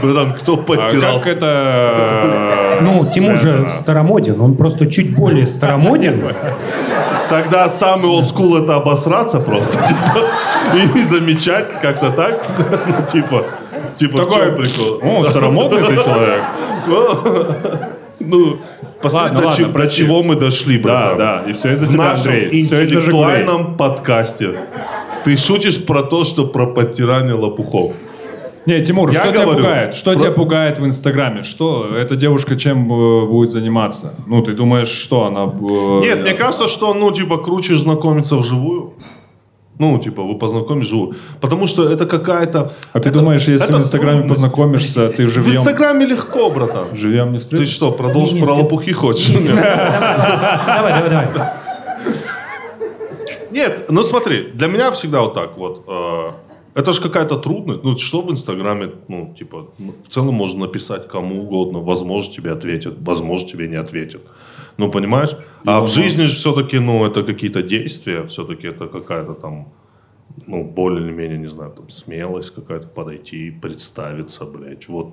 Братан, кто А подтирал? как это... э, Ну, Тимур же связано? старомоден, он просто чуть более старомоден. Тогда самый олдскул это обосраться просто, типа, и не замечать как-то так, ну, типа, типа, в Такой чём прикол? О, ну, старомодный ты человек. Ну, посмотри, Ладно, до, ладно, чего- до прости. чего мы дошли, Да, братан. да. И все из-за В тебя, нашем Андрей. Все из-за Жигулей. интеллектуальном подкасте. Ты шутишь про то, что про подтирание лопухов. Не, Тимур, Я что тебя говорю. пугает? Что Про- тебя пугает в Инстаграме? Что эта девушка чем э, будет заниматься? Ну, ты думаешь, что она... э, Нет, мне кажется, что, ну, типа, круче знакомиться вживую. Ну, типа, вы познакомились вживую. Потому что это какая-то... А ты думаешь, если это в Инстаграме трудность. познакомишься, ты В живьем... Инстаграме легко, братан. Живьем не Ты встретишься? что, продолжишь Не, не, про ты- лопухи хочешь? Нет. Давай, давай, давай. Нет, ну смотри, для меня всегда вот так вот. э, Это же какая-то трудность. Ну, что в Инстаграме, ну, типа, ну, в целом можно написать кому угодно. Возможно, тебе ответят, возможно, тебе не ответят. Ну, понимаешь? А в жизни же все-таки, ну, это какие-то действия, все-таки это какая-то там, ну, более-менее, не знаю, там, смелость какая-то подойти, представиться, блядь. Вот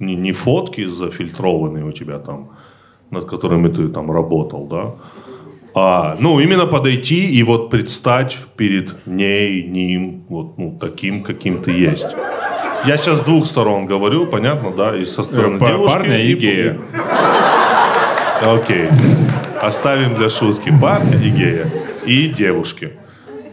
не, не фотки зафильтрованные у тебя там, над которыми ты там работал, да, а, ну, именно подойти и вот предстать перед ней, ним, вот ну, таким, каким ты есть. Я сейчас с двух сторон говорю, понятно, да, и со стороны Э, па- девушки. парня и гея. пу- Окей. Оставим для шутки парня и гея, и девушки.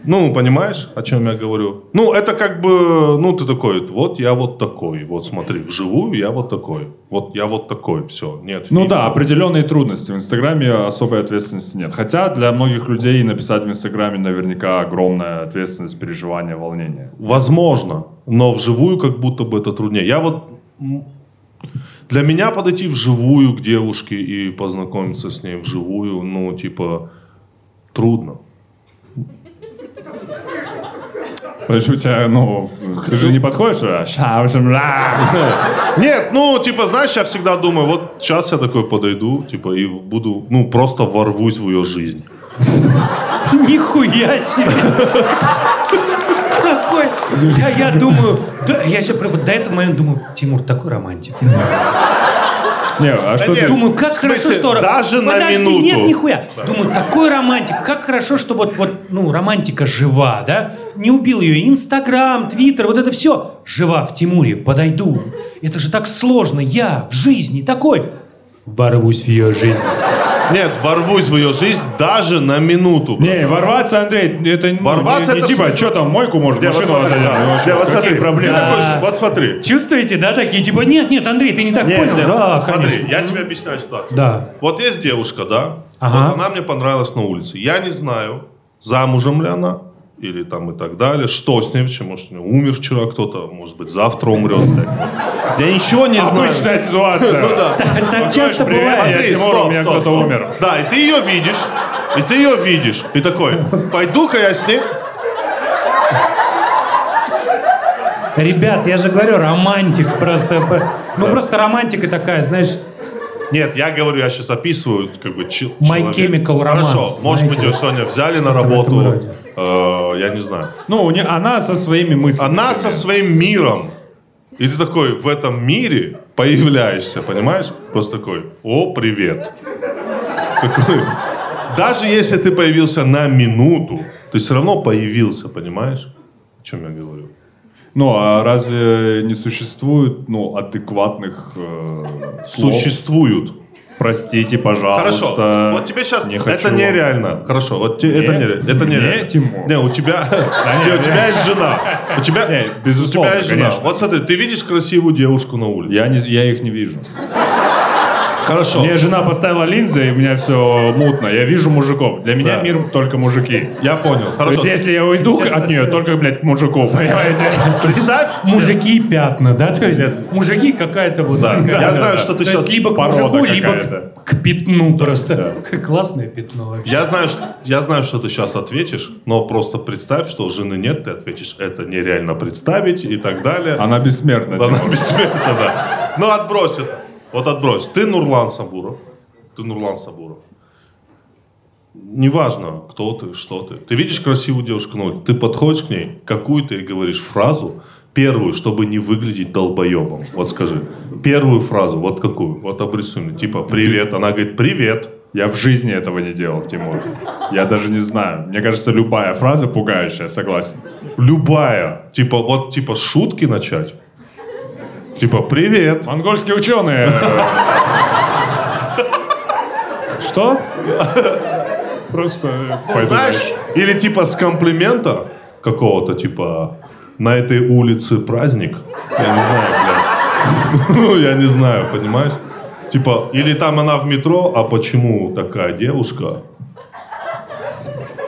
Ну, понимаешь, о чем я говорю? Ну, это как бы, ну, ты такой, вот я вот такой, вот смотри, вживую я вот такой, вот я вот такой, все, нет. Ну фильтра. да, определенные трудности. В Инстаграме особой ответственности нет. Хотя для многих людей написать в Инстаграме наверняка огромная ответственность, переживание, волнение. Возможно, но вживую как будто бы это труднее. Я вот м, для меня подойти вживую к девушке и познакомиться с ней вживую, ну типа трудно. Потому что у тебя, ну, ты же не подходишь, а «Ща, в общем, ла». Нет, ну типа знаешь, я всегда думаю, вот сейчас я такой подойду, типа и буду, ну просто ворвусь в ее жизнь. Нихуя себе! Такой... Я, я думаю... да, я себе прям вот до этого момента думаю, Тимур такой романтик. Не, а что нет. ты- Думаю, как В смысле, хорошо, что... даже на Подожди, минуту. нет, нихуя. Думаю, такой романтик. Как хорошо, что вот, вот, ну, романтика жива, да? Не убил ее Инстаграм, Твиттер, вот это все. Жива в Тимуре, подойду. Это же так сложно. Я в жизни такой. Ворвусь в ее жизнь. Нет, ворвусь в ее жизнь даже на минуту. Не, ворваться, Андрей, это ну, Ворваться не, не это типа, в смысле- что там, мойку может, Я вот машину смотри, отдадим?» да. Ну, вообще, Я вот какие смотри. проблемы? Ты такой, ж- вот смотри. Чувствуете, да, такие? Типа, нет, нет, Андрей, ты не так Нет, понял. нет, Да, смотри, конечно. я тебе объясняю ситуацию. Да. Вот есть девушка, да? Ага. Вот она мне понравилась на улице. Я не знаю, замужем ли она или там и так далее. Что с ней вообще? Может, у неё умер вчера кто-то, может быть, завтра умрет. блядь. Я ничего не знаю. Обычная ситуация. Ну да. Так, так часто привет, бывает. я Тимур, у меня кто-то умер. Да, и ты ее видишь, и ты ее видишь. И такой, пойду-ка я с ней. Ребят, я же говорю, романтик просто. Ну, просто романтика такая, знаешь, Нет, я говорю, я сейчас описываю, как бы, че- My человек. Chemical Romance, Хорошо, может быть, знаете. ее сегодня взяли на Что-то в этом работу. роде. э, Я не знаю. Ну, у не- она со своими мыслями. Она со своим миром. И ты такой в этом мире появляешься, понимаешь? Просто такой, о, привет. Такой. Даже если ты появился на минуту, ты все равно появился, понимаешь? О чем я говорю? Ну, а разве не существует, ну, адекватных э, слов? Существуют. Простите, пожалуйста. Хорошо. Вот тебе сейчас А э, не это хочу. нереально. Хорошо. Вот те- это Мне? нереально. Это Мне, нереально. Тимур? Не, у тебя. нет, не, у я- тебя есть жена. У тебя. Не, у тебя безусловно, есть жена. конечно. Вот смотри, ты видишь красивую девушку на улице. Я, не, я их не вижу. Хорошо. Мне жена поставила линзы, и у меня все мутно. Я вижу мужиков. Для меня Да. мир только мужики. Я понял. То Хорошо. есть, если я уйду от нее, только, блядь, мужиков, понимаете? Представь. мужики пятна, да? То есть Нет. мужики какая-то вот... Да. Я да, знаю, да. что ты То есть щас- либо к порода мужику, либо к, какая-то. к пятну просто. Классное пятно вообще. Я знаю, что, я знаю, что ты сейчас ответишь, но просто представь, что жены нет, ты ответишь, это нереально представить и так далее. Она бессмертна. Да, Тимур. она бессмертна, да. Ну, отбрось это. Вот отбрось. Ты Нурлан Сабуров. Ты Нурлан Сабуров. Неважно, кто ты, что ты. Ты видишь красивую девушку, но ты подходишь к ней, какую ты ей говоришь фразу, первую, чтобы не выглядеть долбоебом. Вот скажи. Первую фразу, вот какую? Вот обрисуй мне. Типа, привет. Она говорит, привет. Я в жизни этого не делал, Тимур. Я даже не знаю. Мне кажется, любая фраза пугающая, согласен. Любая. Типа, вот, типа, с шутки начать. Типа, привет. Монгольские ученые. Что? Просто пойду Знаешь, дальше. или типа с комплимента какого-то, типа, на этой улице праздник. Я не знаю, блядь. Ну, я не знаю, понимаешь? Типа, или там она в метро, а почему такая девушка?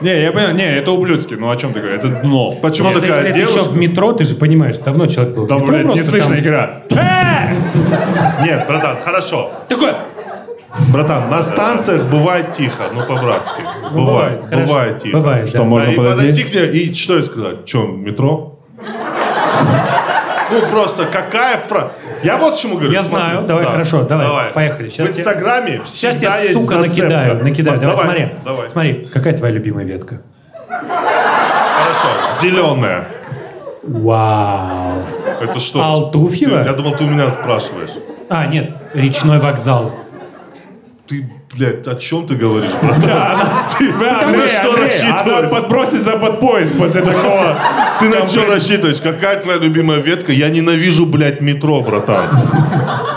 Не, я понял. Не, это ублюдски. Ну о чем ты говоришь? Это дно. Почему Если- такая если ты девушка? еще в метро, ты же понимаешь, давно человек был. в Там, метро блядь, не просто слышно там- игра. Нет, братан, хорошо. Такое, Братан, на станциях бывает тихо, ну по-братски. Бывает, хорошо. бывает типа, тихо. Бывает, Что, да. можно Да, и подойти? подойти к ней и что ей сказать? Чем, метро? Ну просто какая фра... Я вот к чему говорю. Я смотри. знаю, давай, хорошо, давай, поехали. Сейчас в я- Инстаграме Сейчас всегда тебя, есть сука, зацепка. накидаю. Накидаю. Вот давай, смотри. Давай. Смотри, какая твоя любимая ветка? Хорошо. Зеленая. Вау. Это что? Ты- Алтуфьева? я думал, ты у меня спрашиваешь. А, нет, речной вокзал. Ты, блядь, о чем ты говоришь, брат? Бля, Ты на Андрей, что Андрей, рассчитываешь? Она подбросится под поезд после такого. Ты на что рассчитываешь? Какая твоя любимая ветка? Я ненавижу, блядь, метро, братан.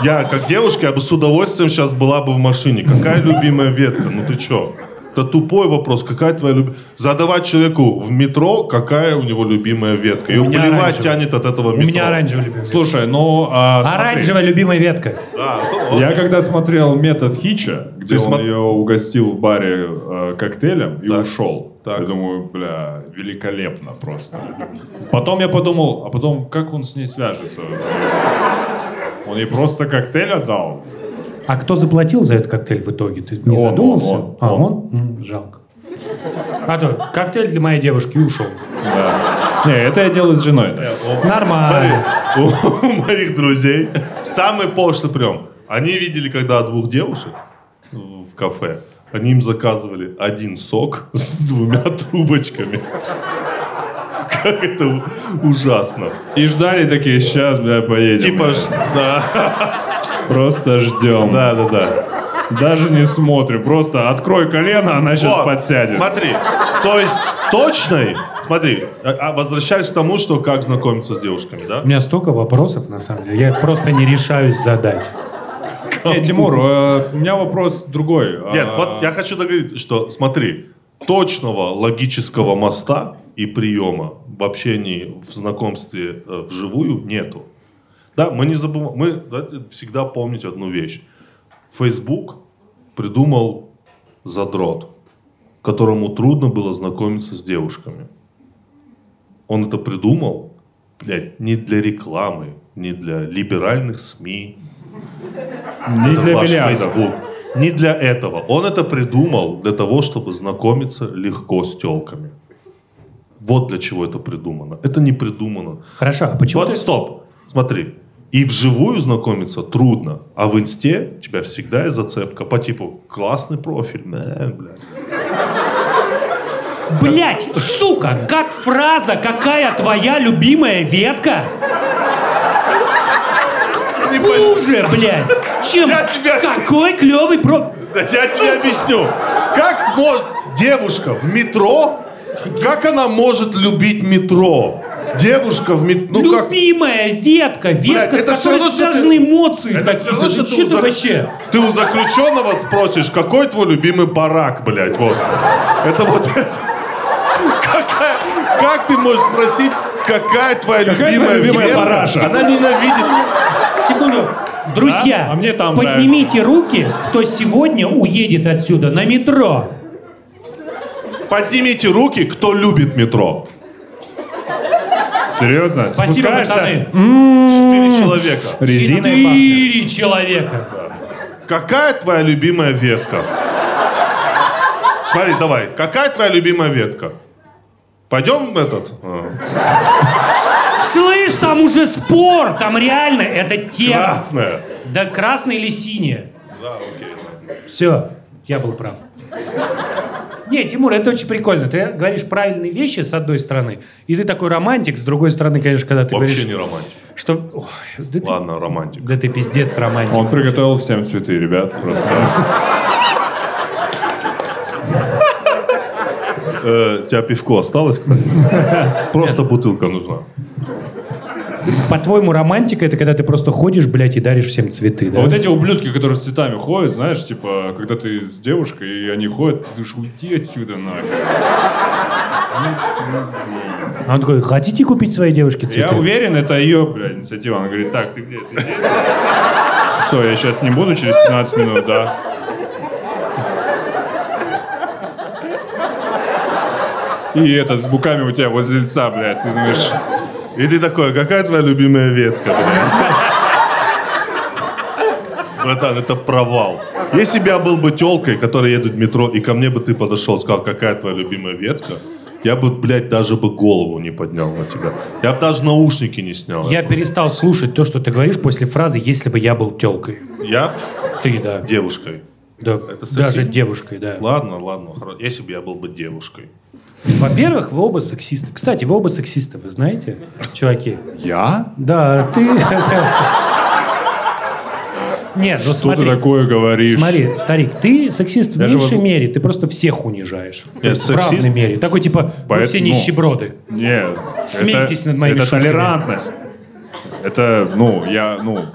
Я, как девушка, я бы с удовольствием сейчас была бы в машине. Какая любимая ветка? Ну ты чё? Это тупой вопрос. Какая твоя любимая... Задавать человеку в метро, какая у него любимая ветка. И меня плевать оранжевая. тянет от этого У метро. меня оранжевая любимая ветка. Слушай, ну... а, смотри. Оранжевая любимая ветка. Да. Я когда смотрел метод Хича, где Ты он смо- ее угостил в баре э, коктейлем и Так. ушел, Так. я думаю, бля, великолепно просто. Потом я подумал, а потом как он с ней свяжется? Он ей просто коктейль отдал. А кто заплатил за этот коктейль в итоге? Ты не Он, задумался? он, он, а он. он? М, жалко. А то коктейль для моей девушки и ушел. Не, это я делаю с женой. Нормально. У моих друзей самый пошлый прием. Они видели, когда двух девушек в кафе. Они им заказывали один сок с двумя трубочками. Как это ужасно. И ждали такие, сейчас, бля, поедем. Типа, ж- да, Просто ждем. да, да, да. Даже не смотрим. Просто открой колено, она сейчас О, подсядет. Смотри, то есть точной, смотри, а- а возвращаясь к тому, что как знакомиться с девушками, да? У меня столько вопросов, на самом деле. Я их просто не решаюсь задать. Не, Тимур, э, у меня вопрос другой. Нет, А, вот я хочу договорить, что смотри, точного логического моста и приема в общении, в знакомстве э, вживую нету. Да, мы не забываем, мы да, всегда помнить одну вещь. Facebook придумал задрот, которому трудно было знакомиться с девушками. Он это придумал, блядь, не для рекламы, не для либеральных СМИ, Не это для ваш бильярдов. Facebook. Не для этого. Он это придумал для того, чтобы знакомиться легко с телками. Вот для чего это придумано. Это не придумано. Хорошо, а почему вот, ты... стоп. Смотри. И вживую знакомиться трудно, а в инсте у тебя всегда есть зацепка по типу «классный профиль». Э, блядь. Блять, сука, как фраза, какая твоя любимая ветка? Хуже, блядь, чем Я тебя- какой клевый про... Да Я тебе объясню. Как может девушка в метро, как она может любить метро? Девушка в метро... Ну как? Любимая ветка, ветка, Блядь, это с всё которой равно, что ты- связаны эмоции. Это все равно, какие-то. что Да ты у, чё ты зак- вообще? ты у заключенного спросишь, какой твой любимый барак, блядь, вот. Это вот это. Какая- Как ты можешь спросить, какая твоя Какая любимая, твоя любимая ветка? параша? Она ненавидит. Секунду. Друзья, Да? А мне там поднимите руки, кто сегодня уедет отсюда на метро. Поднимите руки, кто любит метро. Серьезно? Спасибо, А, Спускаешься? пацаны. Четыре человека. Резиной пахнет. Четыре человека. Какая твоя любимая ветка? Смотри, давай. Какая твоя любимая ветка? Пойдем этот? а. Слышь, там уже спор, там реально это тема. Красная. Да красное или синее? Да, окей. Все, я был прав. Не, Тимур, это очень прикольно. Ты говоришь правильные вещи с одной стороны, и ты такой романтик, с другой стороны, конечно, когда ты Вообще говоришь, не романтик. что... Ой, да, ты, Ладно, романтик. да ты пиздец романтик. Он приготовил всем цветы, ребят, просто. Э, у тебя пивко осталось, кстати? Просто бутылка нужна. По-твоему, романтика — это когда ты просто ходишь, блядь, и даришь всем цветы, да? А вот эти ублюдки, которые с цветами ходят, знаешь, типа, когда ты с девушкой, и они ходят, ты уж уйди отсюда, нахер. А он такой, хотите купить своей девушке цветы? Я уверен, это ее, бля, инициатива. Она говорит, так, ты где, ты здесь? Все, я сейчас не буду, через 15 минут, да. И этот с буками у тебя возле лица, блядь, ты думаешь... И ты такой, «А какая твоя любимая ветка? блядь?» Братан, это провал. Если бы я был бы телкой, которая едет в метро, и ко мне бы ты подошел и сказал, какая твоя любимая ветка, я бы, блядь, даже бы голову не поднял на тебя. Я бы даже наушники не снял. Я перестал слушать то, что ты говоришь после фразы «если бы я был телкой». Я Ты, да. девушкой. да. сексизм. Даже девушкой, да. Ладно, ладно, хоро- Если бы я был бы девушкой. Во-первых, вы оба сексисты. Кстати, вы оба сексисты, вы знаете, чуваки? Я? Да, ты... Нет, ну Что ты смотри. такое говоришь? Смотри, старик, ты сексист в Я же меньшей воз- мере, ты просто всех унижаешь. Я в равной сексист? мере. Такой типа, вы Поэт- все ну. нищеброды. Нет. Смейтесь это- над моими Это шутками. толерантность. Это, ну, я, ну,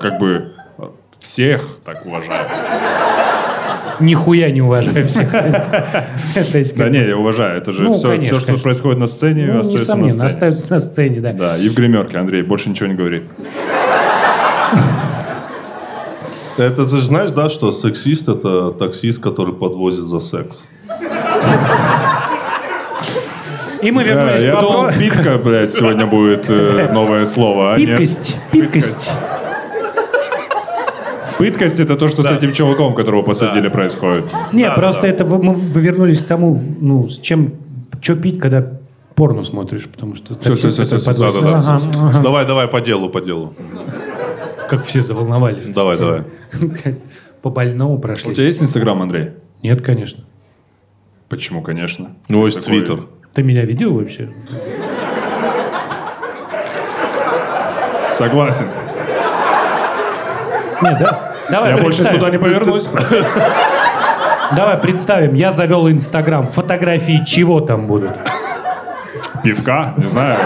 как бы э, всех так уважаю. Нихуя не уважаю всех. То есть- то есть, Да как- не, я уважаю. Это же Ну, все, конечно, что конечно. происходит на сцене, Ну, остается несомненно, на сцене. остаются на сцене, да. Да, и в гримерке, Андрей, больше ничего не говори. Это ты же знаешь, да, что сексист это таксист, который подвозит за секс. И мы Да, вернулись к я думал, вопросу. питка, блядь, сегодня будет э, новое слово. а нет. Питкость, питкость. Пыткость это то, что с этим чуваком, которого посадили, происходит. Не, Да, просто да. это вы, мы вы вернулись к тому, ну, с чем, что пить, когда порно смотришь, потому что... Всё, всё, всё, всё, всё, таксист, который да, да, подвозит. Ага, ага. Давай, давай, по делу, по делу. Как все заволновались. Давай, давай. По больному прошли. У тебя есть Инстаграм, Андрей? Нет, конечно. Почему, конечно? У него есть Такой- твиттер. Ты меня видел вообще? Согласен. Нет, да? Давай, Я больше представим. туда не повернусь. Давай представим, я завел Инстаграм, фотографии чего там будут? Пивка, не знаю.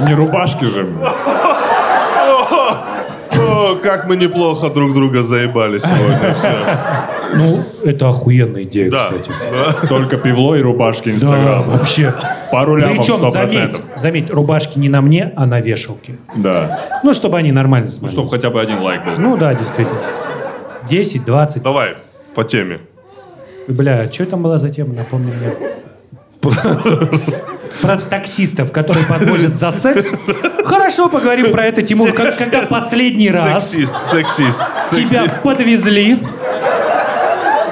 Не рубашки же. О, как мы неплохо друг друга заебали сегодня. Всё. Ну, это охуенная идея, Да. кстати. Только пивло и рубашки Да, Инстаграм. вообще. Пару лямов, Причем, сто заметь, процентов. заметь, рубашки не на мне, а на вешалке. Да. Ну, чтобы они нормально смотрелись. Чтобы хотя бы один лайк был. Ну да, действительно. 10, 20. Давай, по теме. Бля, что там была за тема, напомни мне. Про таксистов, которые подвозят за секс. Хорошо, поговорим про это, Тимур. Как- когда последний раз Сексист, сексист, тебя сексист. подвезли,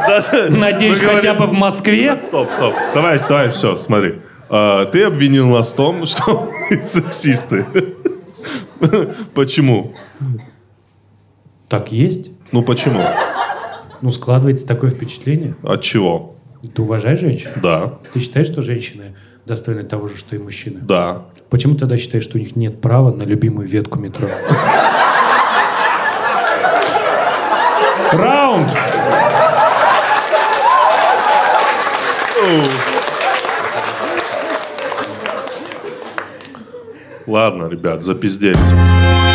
Да. надеюсь, Мы хотя говорим- бы в Москве. Стоп, стоп. Давай, давай, все, смотри. А, Ты обвинил нас в том, что мы сексисты. Почему? Так есть. Ну почему? Ну, складывается такое впечатление. От чего? Ты уважаешь женщин? Да, Ты считаешь, что женщины достойны того же, что и мужчины? да. Почему тогда считаешь, что у них нет права на любимую ветку метро? Раунд! Ладно, ребят, запизделись.